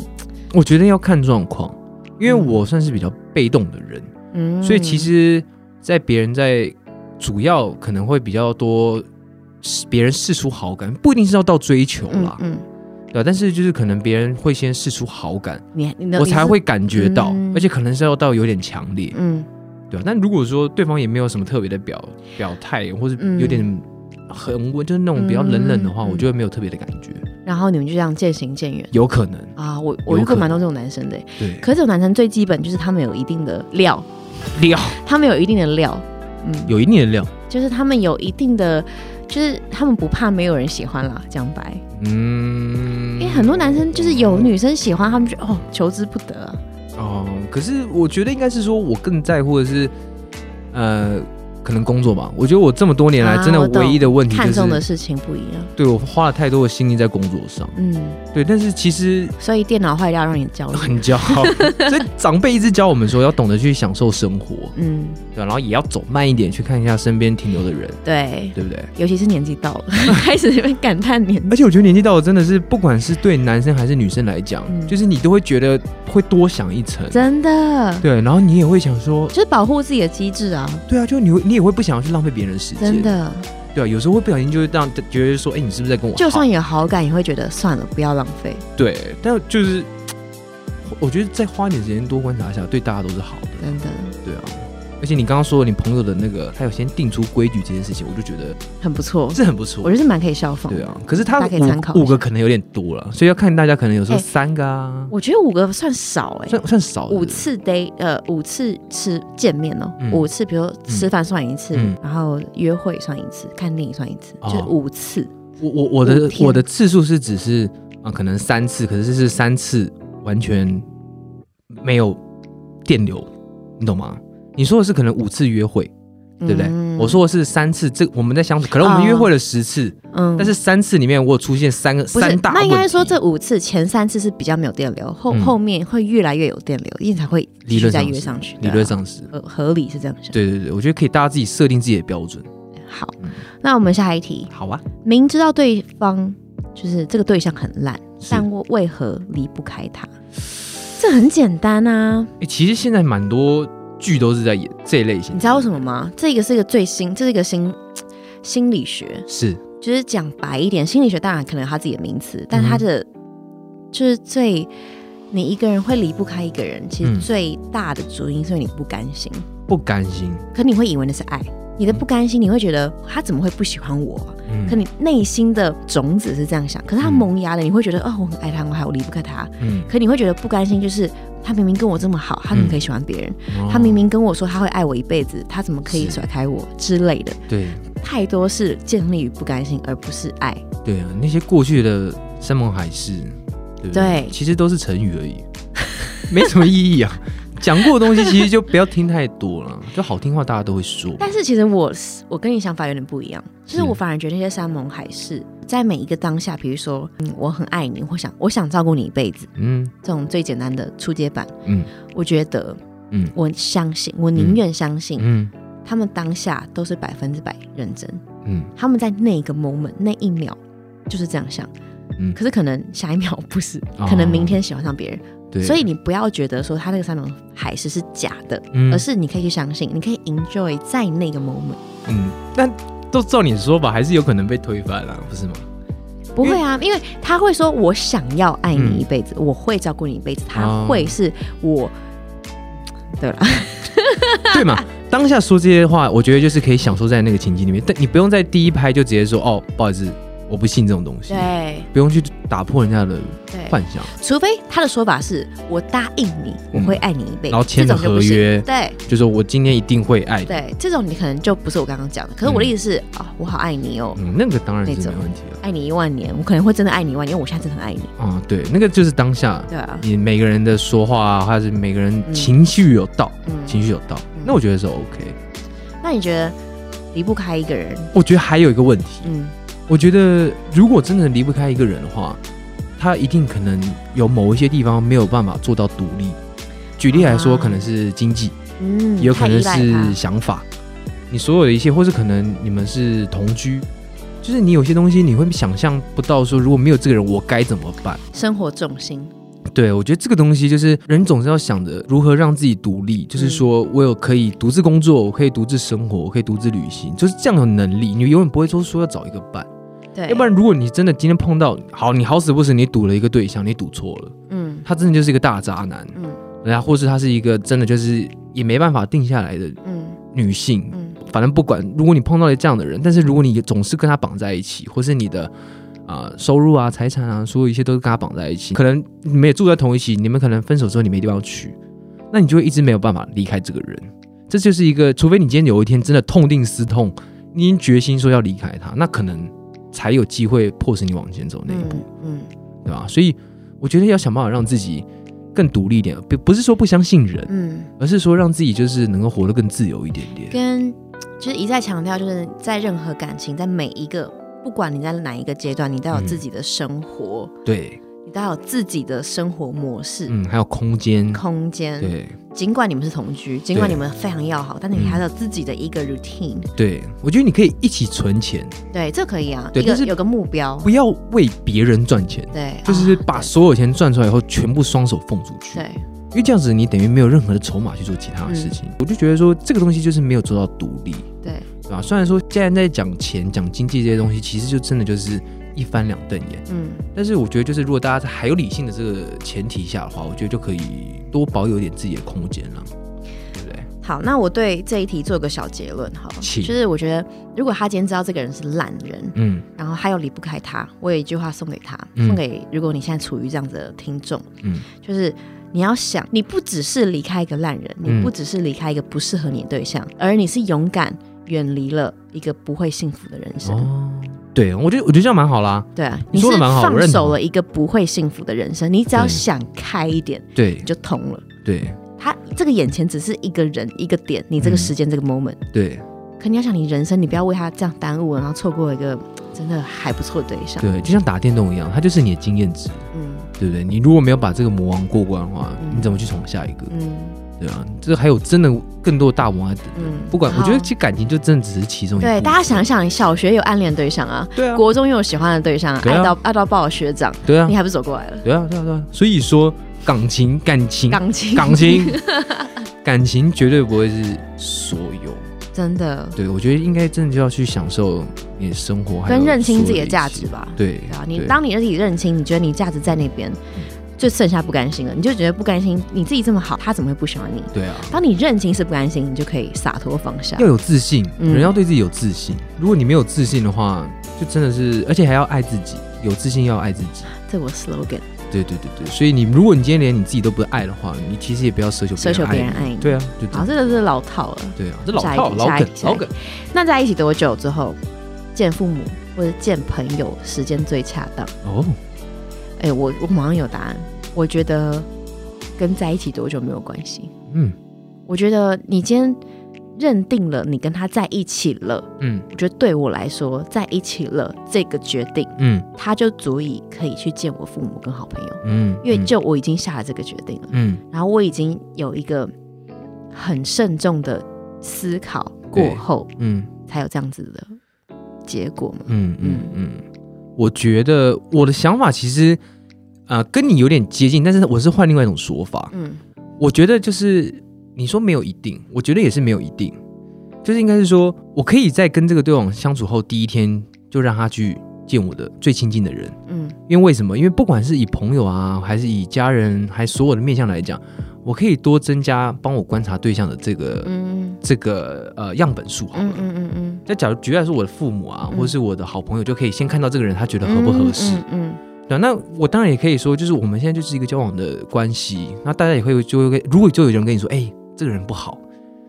S2: 我觉得要看状况，因为
S1: 嗯
S2: 我算是比较被动的人，
S1: 嗯，
S2: 所以其实，在别人在主要可能会比较多，别人试出好感，不一定是要到追求
S1: 嗯
S2: 啦。
S1: 嗯，
S2: 对啊，但是就是可能别人会先试出好感，
S1: 你你的
S2: 我
S1: 你
S2: 才
S1: 是
S2: 会感觉到，
S1: 嗯
S2: 而且可能是要到有点强烈，
S1: 嗯
S2: 对啊，但如果说对方也没有什么特别的表表态，或是有点恒温，就是那种比较冷冷的话，
S1: 嗯嗯嗯
S2: 我就会没有特别的感觉，
S1: 然后你们就这样渐行渐远
S2: 有可能，
S1: 啊！我我
S2: 有
S1: 遇过
S2: 可
S1: 蛮多这种男生的欸，
S2: 对，
S1: 可是这种男生最基本就是他们有一定的料，
S2: 料
S1: 他们有一定的料，嗯，
S2: 有一定的料，
S1: 就是他们有一定的，就是他们不怕没有人喜欢啦，讲白，
S2: 嗯，
S1: 因为很多男生就是有女生喜欢，他们就哦求之不得啊，
S2: 哦，可是我觉得应该是说，我更在乎的是，呃，可能工作吧。我觉得我这么多年来，
S1: 啊
S2: 真的
S1: 我懂
S2: 唯一的问题
S1: 看
S2: 就是，
S1: 重的事情不一样，
S2: 对我花了太多的心力在工作上。
S1: 嗯，
S2: 对，但是其实
S1: 所以电脑坏掉让你焦 虑，
S2: 很骄傲， 所以长辈一直教我们说，要懂得去享受生活，
S1: 嗯，
S2: 对吧，然后也要走慢一点，去看一下身边停留的人，
S1: 对，
S2: 对不对？
S1: 尤其是年纪到了， 开始会感叹年纪，
S2: 而且我觉得年纪到了，真的是不管是对男生还是女生来讲，
S1: 嗯
S2: 就是你都会觉得会多想一层，
S1: 真的，
S2: 对，然后你也会想说，
S1: 就是保护自己的机制啊，
S2: 对啊，就你会你也会不想要去浪费别人的时间
S1: 真，的，
S2: 对啊，有时候会不小心就会让觉得说，哎、你是不是在跟我耗？
S1: 就算有好感，也会觉得算了，不要浪费，
S2: 对，但就是我觉得再花点时间多观察一下，对大家都是好的，
S1: 真的
S2: 对啊。而且你刚刚说你朋友的那个，他有先定出规矩这件事情，我就觉得
S1: 很不错，
S2: 这很不
S1: 我
S2: 错。
S1: 觉得是蛮可以效仿
S2: 对
S1: 的。
S2: 啊，可是他
S1: 大家可以参考一
S2: 五
S1: 下
S2: 五个可能有点多了，所以要看大家可能有时候
S1: 哎
S2: 三个啊，
S1: 我觉得五个算少哎、
S2: 算算少了
S1: 五，次 day 呃五次吃见面哦、
S2: 嗯
S1: 五次，比如说吃饭算一次，
S2: 嗯
S1: 然后约会算一次，看电影算一次，
S2: 哦
S1: 就是五次。
S2: 我我我的
S1: 五天
S2: 我的次数是只是啊、可能三次，可是是三次完全没有电流，你懂吗？你说的是可能五次约会，对不对？
S1: 嗯
S2: 我，说的是三次，这我们在相处，可能我们
S1: 哦
S2: 约会了十次，
S1: 嗯
S2: 但是三次里面我有出现三个
S1: 不是
S2: 三大，
S1: 那应该
S2: 问
S1: 说
S2: 题
S1: 这五次前三次是比较没有电流，后、
S2: 嗯
S1: 后面会越来越有电流，因为才会继
S2: 理
S1: 续
S2: 论
S1: 再
S2: 上
S1: 约
S2: 是
S1: 上去。
S2: 理
S1: 对啊
S2: 论上是，
S1: 合合理是这样想。
S2: 对对对，我觉得可以大家自己设定自己的标准，
S1: 好
S2: 嗯，
S1: 那我们下一题，
S2: 好啊，
S1: 明知道对方就是这个对象很烂，
S2: 是
S1: 但我为何离不开他？这很简单啊，
S2: 诶其实现在蛮多剧都是在演这一类型
S1: 你，知道为什么吗？这个是一个最新，这是一个新心理学，
S2: 是
S1: 就是讲白一点，心理学当然可能有他自己的名词，但
S2: 嗯
S1: 他的、就是最你一个人会离不开一个人，其实
S2: 嗯
S1: 最大的主因是因为你不甘心，
S2: 不甘心，
S1: 可你会以为那是爱，你的不甘心，你会觉得他怎么会不喜欢我啊、
S2: 嗯
S1: 可你内心的种子是这样想，可是他
S2: 嗯
S1: 萌芽了，你会觉得哦，我很爱他，我还我离不开他。
S2: 嗯，
S1: 可你会觉得不甘心，就是他明明跟我这么好，他怎么可以喜欢别人？
S2: 哦
S1: 他明明跟我说他会爱我一辈子，他怎么可以
S2: 是
S1: 甩开我之类的？
S2: 哦对
S1: 太多是建立于不甘心，而不是爱。
S2: 对啊，那些过去的山盟海誓，对不
S1: 对
S2: 其实都是成语而已， 没什么意义啊。讲过的东西其实就不要听太多了，就好听话大家都会说。
S1: 但是其实我是我跟你想法有点不一样，就是
S2: 是
S1: 我反而觉得那些山盟海誓，在每一个当下，比如说，嗯，我很爱你，我想我想照顾你一辈子，
S2: 嗯
S1: 这种最简单的初阶版，
S2: 嗯
S1: 我觉得，
S2: 嗯
S1: 我相信，我宁愿相信、
S2: 嗯
S1: 他们当下都是百分之百认真，
S2: 嗯，
S1: 他们在那个 moment 那一秒就是这样想，
S2: 嗯
S1: 可是可能下一秒不是，
S2: 哦
S1: 可能明天喜欢上别人，
S2: 对。
S1: 所以你不要觉得说他那个山盟海誓是假的，
S2: 嗯
S1: 而是你可以去相信，你可以 enjoy 在那个 moment。
S2: 嗯，但都照你的说法，还是有可能被推翻了、不是 吗？
S1: 不会啊，因为他会说“我想要爱你一辈
S2: 嗯
S1: 子，我会照顾你一辈子”，他
S2: 哦
S1: 会是我，对了，
S2: 对嘛？当下说这些话，我觉得就是可以享受在那个情境里面，但你不用在第一拍就直接说哦，不好意思，我不信这种东西，
S1: 对
S2: 不用去打破人家的
S1: 对，
S2: 幻想，
S1: 除非他的说法是“我答应你，我
S2: 嗯
S1: 会爱你一辈子”，
S2: 然后签
S1: 这
S2: 了
S1: 种就不
S2: 合
S1: 行。
S2: 约，
S1: 对
S2: 就说我今天一定会爱你。
S1: 对，这种你可能就不是我刚刚讲的。可是我的
S2: 嗯
S1: 意思是啊、我好爱你哦，
S2: 嗯，那个当然
S1: 那
S2: 是
S1: 种
S2: 没问题了。
S1: 爱你一万年，我可能会真的爱你一万年，因为我现在真的很爱你。
S2: 啊、对，那个就是当下
S1: 对啊，
S2: 你每个人的说话啊，或者是每个人
S1: 嗯
S2: 情绪有到，
S1: 嗯，
S2: 情绪有到，
S1: 嗯
S2: 那我觉得是 OK。
S1: 那你觉得离不开一个人，
S2: 我觉得还有一个问题，
S1: 嗯，
S2: 我觉得如果真的离不开一个人的话，他一定可能有某一些地方没有办法做到独立。举例来说，
S1: 啊
S2: 可能是经济，
S1: 嗯，
S2: 也有可能
S1: 太依赖他
S2: 是想法，你所有的一切，或是可能你们是同居，就是你有些东西你会想象不到，说如果没有这个人，我该怎么办？
S1: 生活重心，
S2: 对，我觉得这个东西就是人总是要想着如何让自己独立，
S1: 嗯
S2: 就是说我有可以独自工作，我可以独自生活，我可以独自旅行，就是这样的能力。你永远不会说说要找一个伴，
S1: 对，
S2: 要不然如果你真的今天碰到，好，你好死不死你赌了一个对象，你赌错了，
S1: 嗯
S2: 他真的就是一个大渣男，
S1: 嗯
S2: 然后或是他是一个真的就是也没办法定下来的
S1: 嗯
S2: 女性，
S1: 嗯
S2: 反正不管，如果你碰到了这样的人，但是如果你总是跟他绑在一起，或是你的啊、呃收入啊、财产啊，所有一切都是跟他绑在一起，可能你们也住在同一起，你们可能分手之后你没地方去，那你就会一直没有办法离开这个人。这就是一个，除非你今天有一天真的痛定思痛，你已经决心说要离开他，那可能才有机会迫使你往前走那一步，
S1: 嗯
S2: 对吧？所以我觉得要想办法让自己更独立一点，不不是说不相信人，
S1: 嗯，
S2: 而是说让自己就是能够活得更自由一点点。
S1: 跟就是一再强调，就是在任何感情，在每一个不管你在哪一个阶段，你都有
S2: 嗯
S1: 自己的生活，
S2: 对，
S1: 你都有自己的生活模式、
S2: 嗯，还有空间，
S1: 空间。
S2: 对
S1: 尽管你们是同居，尽管
S2: 对
S1: 你们非常要好，但是你还有自己的一个 routine，、
S2: 对，我觉得你可以一起存钱，
S1: 对，这可以啊，
S2: 对
S1: 一个
S2: 但是
S1: 有个目标，
S2: 不要为别人赚钱，
S1: 对，
S2: 就是
S1: 啊
S2: 把所有钱赚出来以后，全部双手奉出去。
S1: 对，
S2: 因为这样子你等于没有任何的筹码去做其他的事
S1: 嗯
S2: 情。我就觉得说这个东西就是没有做到独立，
S1: 对
S2: 对吧？虽然说现在在讲钱、讲经济这些东西，其实就真的就是一翻两瞪眼。
S1: 嗯
S2: 但是我觉得就是如果大家还有理性的这个前提下的话，我觉得就可以多保有点自己的空间了，对不对？
S1: 好，那我对这一题做个小结论好了，
S2: 请
S1: 就是我觉得如果他今天知道这个人是烂人，
S2: 嗯
S1: 然后他又离不开他，我有一句话送给他，
S2: 嗯
S1: 送给如果你现在处于这样子的听众，
S2: 嗯
S1: 就是你要想，你不只是离开一个烂人，
S2: 嗯
S1: 你不只是离开一个不适合你的对象，而你是勇敢远离了一个不会幸福的人生。
S2: 哦，对，我觉得我觉得这样蛮好啦。
S1: 对啊，
S2: 你
S1: 你
S2: 说
S1: 是
S2: 得蛮好我
S1: 放
S2: 认
S1: 手
S2: 同
S1: 了一个不会幸福的人生，你只要
S2: 对
S1: 想开一点，
S2: 对
S1: 你就通了。
S2: 对
S1: 他这个眼前只是一个人一个点，你这个
S2: 嗯
S1: 时间、这个 moment，
S2: 对
S1: 可你要想你人生，你不要为他这样耽误，然后错过一个真的还不错的对象。
S2: 对，就像打电动一样，它就是你的经验值，
S1: 嗯
S2: 对不对？你如果没有把这个魔王过关的话，
S1: 嗯
S2: 你怎么去闯下一个？
S1: 嗯
S2: 对啊，这还有真的更多大魔王在等。
S1: 嗯，
S2: 不管，我觉得
S1: 好
S2: 其实感情就真的只是其中一
S1: 对
S2: 部分
S1: 大家想一想，你小学有暗恋对象啊，
S2: 对啊，
S1: 国中又有喜欢的对象啊，
S2: 对啊
S1: 爱到爱到爆的学长，
S2: 对啊
S1: 你，还不走过来了？
S2: 对啊，对啊，对啊。所以说，感情，感情，
S1: 钢琴，
S2: 感情， 感情绝对不会是所有。
S1: 真的，
S2: 对，我觉得应该真的就要去享受你的生活，还有
S1: 跟认清自
S2: 所
S1: 己
S2: 有
S1: 的
S2: 一
S1: 价
S2: 切
S1: 值。吧。
S2: 对
S1: 对啊，你
S2: 对
S1: 当你自己认清，你觉得你价值在那边，就剩下不甘心了，你就觉得不甘心，你自己这么好，他怎么会不喜欢你？
S2: 对啊，
S1: 当你认清是不甘心，你就可以洒脱放下
S2: 要。有自信，
S1: 嗯
S2: 人要对自己有自信。如果你没有自信的话，就真的是，而且还要爱自己，有自信要爱自己。
S1: 这我 slogan，
S2: 对对对对，所以你如果你今天连你自己都不爱的话，你其实也不要奢求
S1: 奢求别人
S2: 你
S1: 爱你。
S2: 对啊，就
S1: 好，这个是老套了。
S2: 对啊，这老
S1: 下一
S2: 套
S1: 题
S2: 老
S1: 下一
S2: 梗
S1: 题下一
S2: 老
S1: 题
S2: 梗。
S1: 那在一起多久之后见父母或者见朋友时间最恰当？
S2: 哦，
S1: 哎、我我马上有答案。我觉得跟在一起多久没有关系。
S2: 嗯
S1: 我觉得你今天认定了你跟他在一起了，
S2: 嗯
S1: 我觉得对我来说，在一起了这个决定，
S2: 嗯
S1: 他就足以可以去见我父母跟好朋友，
S2: 嗯，
S1: 因为
S2: 嗯
S1: 就我已经下了这个决定了，
S2: 嗯
S1: 然后我已经有一个很慎重的思考
S2: 对
S1: 过后，
S2: 嗯
S1: 才有这样子的结果嘛。
S2: 嗯嗯嗯，我觉得我的想法其实啊、呃跟你有点接近，但是我是换另外一种说法。
S1: 嗯
S2: 我觉得就是你说没有一定，我觉得也是没有一定，就是应该是说我可以在跟这个对往相处后第一天就让他去见我的最亲近的人。
S1: 嗯
S2: 因为为什么？因为不管是以朋友啊，还是以家人，还所有的面向来讲，我可以多增加帮我观察对象的这个、
S1: 嗯
S2: 这个呃样本数好了。
S1: 嗯嗯嗯嗯，
S2: 那假如举例来说，我的父母啊，
S1: 嗯
S2: 或是我的好朋友，就可以先看到这个人他觉得合不合适。
S1: 嗯嗯
S2: 对啊，那我当然也可以说，就是我们现在就是一个交往的关系，那大家也会就会，如果就有人跟你说，哎、这个人不好，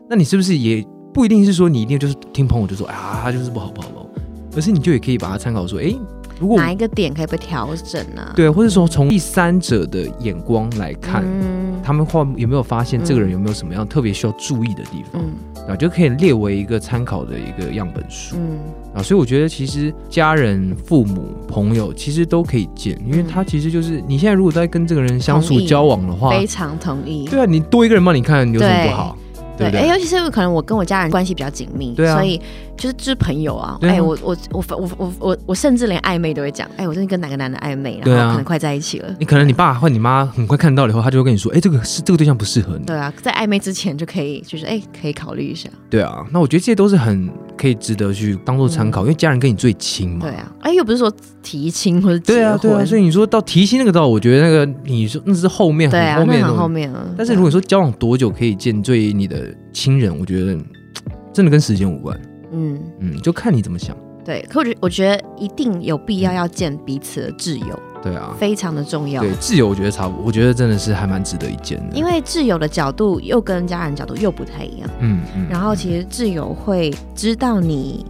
S2: 那你是不是也不一定是说你一定就是听朋友就说，啊，他就是不好不好不好，而是你就也可以把他参考说，哎、如果我
S1: 哪一个点可以被调整啊？
S2: 对，或者说从第三者的眼光来看，
S1: 嗯
S2: 他们会有没有发现这个人
S1: 嗯
S2: 有没有什么样特别需要注意的地方，
S1: 嗯
S2: 然后就可以列为一个参考的一个样本数
S1: 嗯
S2: 啊。所以我觉得其实家人、父母、朋友其实都可以见，因为他其实就是你现在如果在跟这个人相
S1: 嗯同
S2: 处
S1: 意
S2: 交往的话，
S1: 非常同意。
S2: 对啊，你多一个人帮你看有什么不好，对不
S1: 哎、
S2: 对？
S1: 尤其是可能我跟我家人关系比较紧密，
S2: 对啊
S1: 所以就是就是朋友啊，
S2: 对啊
S1: 哎、我我我我我我我甚至连暧昧都会讲，哎、我最近跟哪个男的暧昧，
S2: 对
S1: 然
S2: 啊
S1: 后可能快在一起了。
S2: 你可能你爸或你妈很快看到了以后，他就会跟你说，哎，这个是这个对象不适合你。
S1: 对啊，在暧昧之前就可以，就是哎、可以考虑一下。
S2: 对啊，那我觉得这些都是很可以值得去当做参
S1: 嗯
S2: 考，因为家人跟你最亲嘛
S1: 对。啊，哎，又不是说提亲或者结
S2: 对啊，
S1: 婚，
S2: 对啊，所以你说到提亲那个道，我觉得那个你说那是后面
S1: 对
S2: 很
S1: 啊，
S2: 后面
S1: 那
S2: 的
S1: 很
S2: 东
S1: 后
S2: 西。
S1: 面了。
S2: 但是如果说交往多久可以见最你的亲人，我觉得嘖真的跟时间无关，
S1: 嗯，
S2: 嗯，就看你怎么想。
S1: 对，可我觉我觉得一定有必要要见彼此的挚友，
S2: 对啊，
S1: 非常的重要
S2: 对，，挚友我觉得差不多，我觉得真的是还蛮值得一见的。
S1: 因为挚友的角度又跟家人角度又不太一样。
S2: 嗯嗯，
S1: 然后其实挚友会知道你，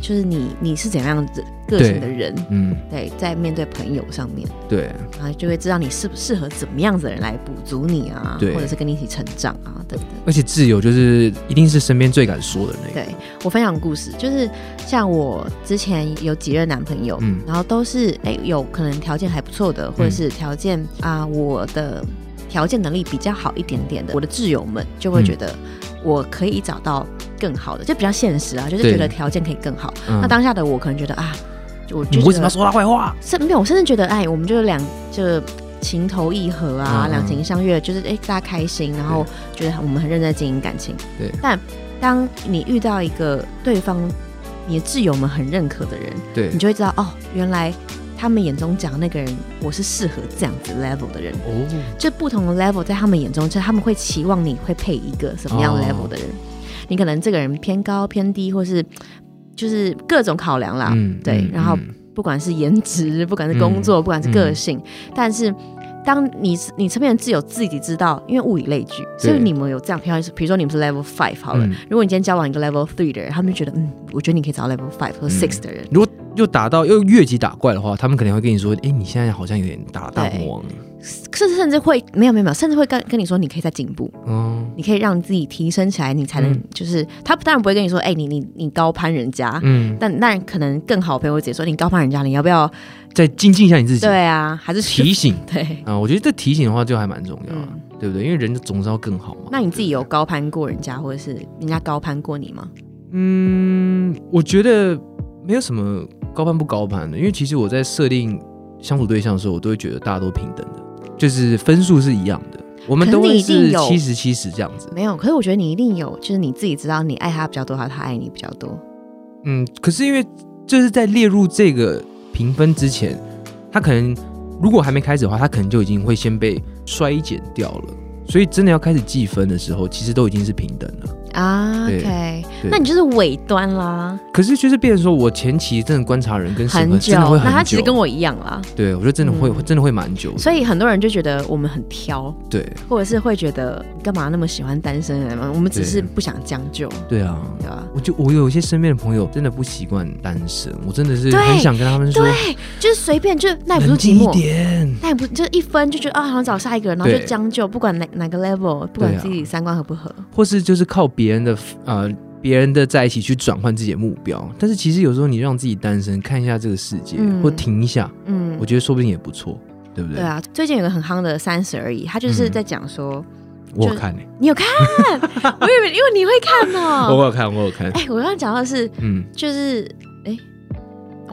S1: 就是你你是怎样的个性的人，
S2: 嗯
S1: 对，在面对朋友上面，
S2: 对
S1: 然后就会知道你适不适合怎么样子的人来补足你啊，
S2: 对
S1: 或者是跟你一起成长啊等等。
S2: 而且挚友就是一定是身边最敢说的那个。
S1: 对我分享故事，就是像我之前有几任男朋友，
S2: 嗯
S1: 然后都是哎有可能条件还不错的，或者是条件啊、我的条件能力比较好一点点的，我的挚友们就
S2: 嗯
S1: 会觉得我可以找到更好的，就比较现实啊，就是
S2: 对
S1: 觉得条件可以更好。
S2: 嗯
S1: 那当下的我可能觉得啊，就我
S2: 你
S1: 就
S2: 为什么要
S1: 觉
S2: 说他坏话？
S1: 得甚没有，我甚至觉得哎，我们就是两就是情投意合啊，
S2: 嗯嗯
S1: 两情相悦，就是哎大家开心，然后觉得我们很认真地经营感情。
S2: 对
S1: 但当你遇到一个对方你的挚友们很认可的人，
S2: 对
S1: 你，就会知道哦，原来他们眼中讲的那个人，我是适合这样子 level 的人。
S2: 哦，
S1: 就不同的 level 在他们眼中，就是他们会期望你会配一个什么样的
S2: 哦
S1: level 的人。你可能这个人偏高偏低，或是就是各种考量啦，
S2: 嗯
S1: 啊对
S2: 嗯
S1: 然后
S2: 嗯
S1: 不管是颜 值，不管是工作，不管是个性，
S2: 嗯
S1: 但是。当你你身边的挚友自己知道，因为物以类聚，所以你们有这样偏好，比如说你们是 level five 好了，
S2: 嗯
S1: 如果你今天交往一个 level three 的人，他们就觉得嗯，我觉得你可以找到 level five 或 six 的人，
S2: 如果又打到又越级打怪的话，他们可能会跟你说：“哎、你现在好像有点打大魔王。
S1: 甚至甚至会没有没有没有，甚至会跟跟你说你可以再进步，”
S2: 嗯
S1: 你可以让自己提升起来，你才能、
S2: 嗯
S1: 就是他当然不会跟你说，哎、你你你高攀人家，
S2: 嗯，
S1: 但但可能更好的朋友会直接说，你高攀人家，你要不要？
S2: 再精进一下你自己，
S1: 对啊，还是
S2: 提醒
S1: 对，
S2: 啊、我觉得这提醒的话就还蛮重要、啊，
S1: 嗯
S2: 对不对？因为人总是要更好嘛。
S1: 那你自己有高攀过人家，或者是人家高攀过你吗？
S2: 嗯，我觉得没有什么高攀不高攀的，因为其实我在设定相处对象的时候，我都会觉得大家都平等的，就是分数是一样的，我们
S1: 可是
S2: 都
S1: 你
S2: 会
S1: 一定
S2: 是
S1: 有
S2: 七十七十这样子。
S1: 没有，可是我觉得你一定有，就是你自己知道你爱他比较多，还是他爱你比较多？
S2: 嗯，可是因为就是在列入这个评分之前，他可能如果还没开始的话，他可能就已经会先被衰减掉了。所以真的要开始计分的时候，其实都已经是平等了。
S1: 啊
S2: 对
S1: ，OK，
S2: 对
S1: 那你就是尾端啦，
S2: 可是就是变成说，我前期真的观察人跟审核
S1: 久。
S2: 真的会很久，
S1: 那他其实跟我一样啦，
S2: 对我觉得真的会、
S1: 嗯
S2: 真的会蛮久的。
S1: 所以很多人就觉得我们很挑，
S2: 对
S1: 或者是会觉得你干嘛那么喜欢单身人嘛？我们只是
S2: 对
S1: 不想将就，
S2: 对啊，
S1: 对吧？
S2: 我就我有一些身边的朋友真的不习惯单身，我真的是
S1: 对
S2: 很想跟他们说，哎
S1: 对，就是随便，就是耐不住
S2: 冷
S1: 寂
S2: 静一
S1: 寞，
S2: 点。
S1: 耐不就一分就觉得啊，好想找下一个，然后就
S2: 对
S1: 将就，不管哪哪个 level，不管
S2: 对啊
S1: 自己三观合不合，
S2: 或是就是靠别人的呃别人的在一起去转换自己的目标。但是其实有时候你让自己单身，看一下这个世界，
S1: 嗯
S2: 或停一下，
S1: 嗯
S2: 我，觉得说不定也不错，对不对？嗯
S1: 对啊。最近有个很夯的《三十而已》，他就是在讲说，
S2: 我有
S1: 就
S2: 看、欸
S1: 你有看？ 我以为因为你会看哦。
S2: 我有看，我有看，
S1: 哎、我刚刚讲到的是，
S2: 嗯，
S1: 就是哎、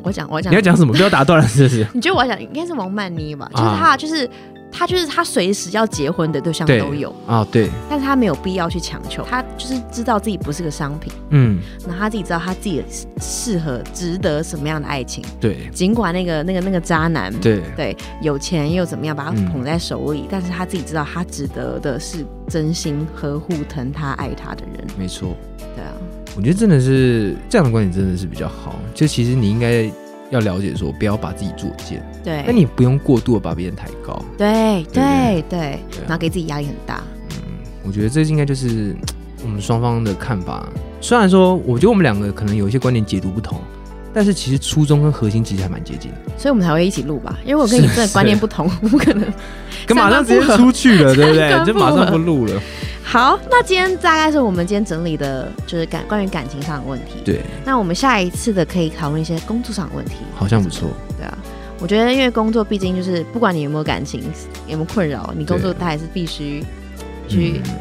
S1: 我讲我讲
S2: 你要，讲什么？不要打断了，是不是？
S1: 你觉得我要讲应该是王曼妮吧？就是
S2: 啊
S1: 她，就是她，就是她随时要结婚的对象
S2: 对
S1: 都有。
S2: 啊，对，
S1: 但是他没有必要去强求，他就是知道自己不是个商品，
S2: 嗯，
S1: 然后他自己知道他自己适合、值得什么样的爱情。
S2: 对，
S1: 尽管那个、那个、那个渣男，
S2: 对，
S1: 有钱又怎么样，把他
S2: 嗯
S1: 捧在手里，但是他自己知道他值得的是真心呵护、疼他、爱他的人。
S2: 没错。
S1: 对啊，
S2: 我觉得真的是这样的观点真的是比较好。就其实你应该要了解说，不要把自己作贱，那
S1: 对，
S2: 你不用过度的把别人抬高。
S1: 对对对
S2: 对啊，
S1: 然后给自己压力很大。
S2: 我觉得这应该就是我们双方的看法。虽然说，我觉得我们两个可能有一些观点解读不同，但是其实初衷跟核心其实还蛮接近的。
S1: 所以我们才会一起录吧，因为我跟你
S2: 是
S1: 真的观念
S2: 是
S1: 不同， 我不可能。
S2: 干嘛
S1: 三观
S2: 让直
S1: 不合
S2: 接出去 了，对不
S1: 三观
S2: 对？
S1: 不合
S2: 就马上不录了。
S1: 好，那今天大概是我们今天整理的，就是感关于感情上的问题。
S2: 对，
S1: 那我们下一次的可以讨论一些工作上的问题，
S2: 好像不错。
S1: 对啊。我觉得，因为工作毕竟就是，不管你有没有感情，有没有困扰，你工作
S2: 对啊
S1: 它还是必须去
S2: 嗯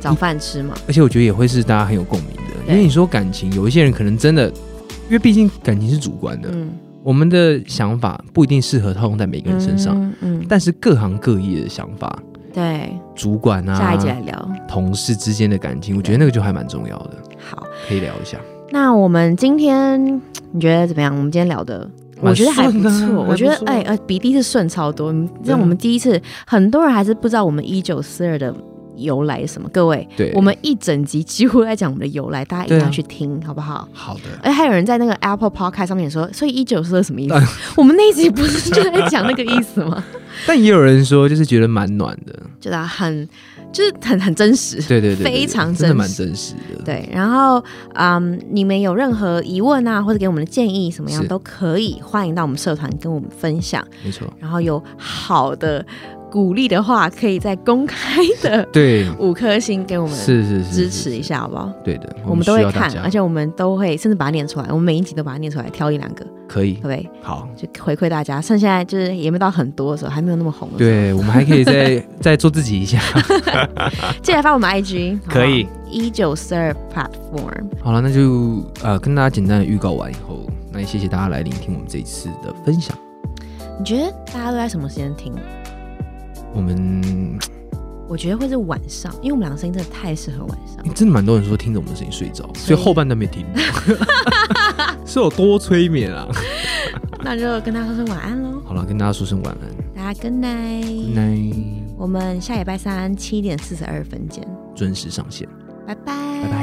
S1: 找饭吃嘛。
S2: 而且我觉得也会是大家很有共鸣的，
S1: 对
S2: 因为你说感情，有一些人可能真的，因为毕竟感情是主观的，
S1: 嗯，
S2: 我们的想法不一定适合套用在每个人身上，
S1: 嗯，嗯，
S2: 但是各行各业的想法，
S1: 对，
S2: 主管
S1: 下一集
S2: 啊
S1: 来、聊。
S2: 同事之间的感情，我觉得那个就还蛮重要的，
S1: 好，
S2: 可以聊一下。
S1: 那我们今天你觉得怎么样？我们今天聊的，我觉得还不
S2: 蛮顺的啊
S1: 错。
S2: 还不
S1: 我觉得
S2: 错啊
S1: 哎呃，比第一次顺超多。
S2: 真
S1: 让
S2: 的
S1: 我们第一次，很多人还是不知道我们一九四二的由来是什么。各位，
S2: 对，
S1: 我们一整集几乎在讲我们的由来，大家一定
S2: 对
S1: 要
S2: 啊
S1: 去听，好不好？
S3: 好的，
S1: 哎，还有人在那个 Apple Podcast 上面说，所以一九四二什么意
S2: 哎
S1: 思？我们那一集不是就在讲那个意思吗？
S2: 但也有人说就是觉得蛮暖的，
S1: 就是啊很，就是很很真实。
S2: 对对对对，对
S1: 非常
S2: 真的
S1: 真
S2: 蛮
S1: 实
S2: 真实的，
S1: 对，然后嗯，你们有任何疑问啊，或者给我们的建议，什么样
S2: 是
S1: 都可以，欢迎到我们社团跟我们分享。
S2: 没错，
S1: 然后有好的鼓励的话，可以在公开的
S2: 对，
S1: 五颗星给我们
S2: 是是是
S1: 支
S2: 是
S1: 持一
S2: 是
S1: 下，好不好？
S2: 对的，
S1: 我们都
S2: 需
S1: 会
S2: 要大
S1: 看，
S2: 家
S1: 而且我们都会甚至把它念出来，我们每一集都把它念出来，挑一两个，
S2: 可以
S1: 对不对？
S2: 好。
S1: 就回馈大家。趁现在就是也没到很多的时候，还没有那么红的时候，
S2: 对，我们还可 以再再做自己一下。
S1: 记得发我们 IG，好不好
S2: 可以。
S1: 一九四二 platform，
S2: 好了，那就呃跟大家简单的预告完以后，那也谢谢大家来聆听我们这一次的分享。
S1: 你觉得大家都在什么时间听？
S2: 我们
S1: 我觉得会是晚上，因为我们两个声音真的太适合晚上。
S2: 真的蛮多人说听着我们的声音睡着，所
S1: 所以
S2: 以后半段没听， 是有多催眠啊？
S1: 那就跟大家说声晚安喽，
S2: 好了，跟大家说声晚安
S1: 大家 good
S2: ，Good
S1: night。
S2: night，
S1: 我们下礼拜三七点四十二分见，
S2: 准时上线，
S1: 拜拜，
S2: 拜拜。